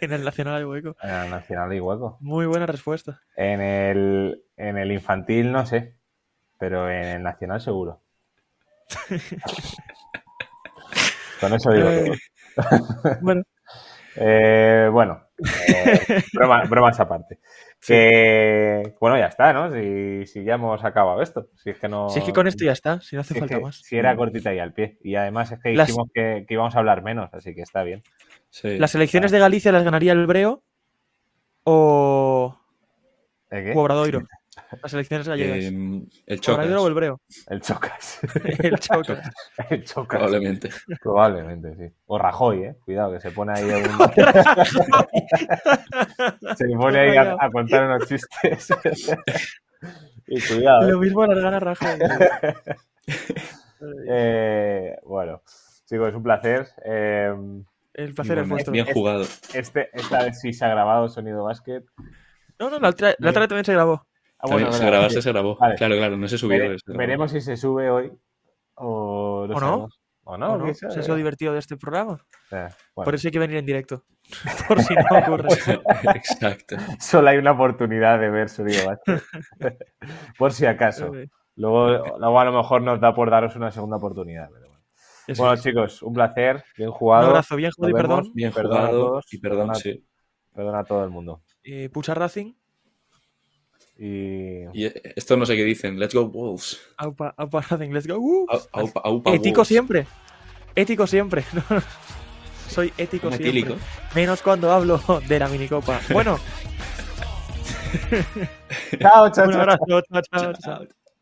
B: en el Nacional hay hueco.
A: En el Nacional hay hueco.
B: Muy buena respuesta.
A: En el, en el infantil no sé, pero en el Nacional seguro. Con eso digo todo.
B: Eh, bueno,
A: Eh, bueno, eh, broma- bromas aparte. Que, bueno, ya está, ¿no? Si, si ya hemos acabado esto. Si es que no.
B: si es que con esto ya está, si no hace
A: si es
B: falta
A: que-
B: más.
A: si era cortita y al pie. Y además es que
B: Las-
A: dijimos que, que íbamos a hablar menos, así que está bien.
C: Sí. Ah.
B: ¿Las elecciones de Galicia las ganaría el Breo o
A: ¿El
B: u
A: qué?
B: Obradoiro? Las elecciones gallegas.
C: Eh, el Chocas,
B: ¿Obradoiro o el Breo?
A: El Chocas.
B: El Chocas.
A: El Chocas.
C: probablemente.
A: Probablemente, sí. O Rajoy, ¿eh? Cuidado, que se pone ahí a, un- se pone ahí a, a contar unos chistes. y cuidado. ¿eh?
B: Lo mismo las gana Rajoy.
A: Eh, bueno, chicos, es un placer. Eh,
B: El placer es Ah,
C: Bueno,
B: vuestro.
C: bien jugado.
A: este, esta vez sí se ha grabado sonido básquet.
B: No, no, la otra, la otra vez también se grabó.
A: Ah,
C: También se
A: verdad,
C: grabaste,
A: sí.
C: se grabó.
A: Vale.
C: Claro, claro, no se subió.
A: Vere-
C: se grabó.
A: veremos si se sube hoy o,
B: ¿O no?
A: sabemos. O
C: Ah,
A: no,
B: ¿o no?
A: quién
B: Eso
A: sabe.
B: es lo divertido de este programa.
A: Eh, bueno,
B: Por eso hay que venir en directo. Por si no
C: pues
B: ocurre.
C: Exacto.
A: Solo hay una oportunidad de ver sonido básquet. por si acaso.
B: Eh,
A: Luego, luego a lo mejor nos da por daros una segunda oportunidad. pero bueno.
B: Eso
A: Bueno,
B: es.
A: chicos, un placer. Bien
B: Un
A: jugado.
B: abrazo, bien,
A: Nos
B: Jodi,
A: vemos.
B: perdón.
C: Bien
A: Perdón a
C: jugado
A: todos,
C: y perdón,
A: perdón a-
C: sí.
A: Perdona a todo el mundo.
B: Eh, Pucha Racing,
A: Y
C: Y eh, esto no sé qué dicen. Let's go Wolves.
B: Aupa, aupa Racing, let's go. Uh,
C: Au- aupa- aupa
B: ético
C: Wolves.
B: siempre. Ético siempre. Soy ético
C: Un
B: siempre.
C: etílico.
B: Menos cuando hablo de la minicopa. Bueno,
A: chao, chao,
B: un
A: chao.
B: abrazo. chao, chao, chao.
C: Chao.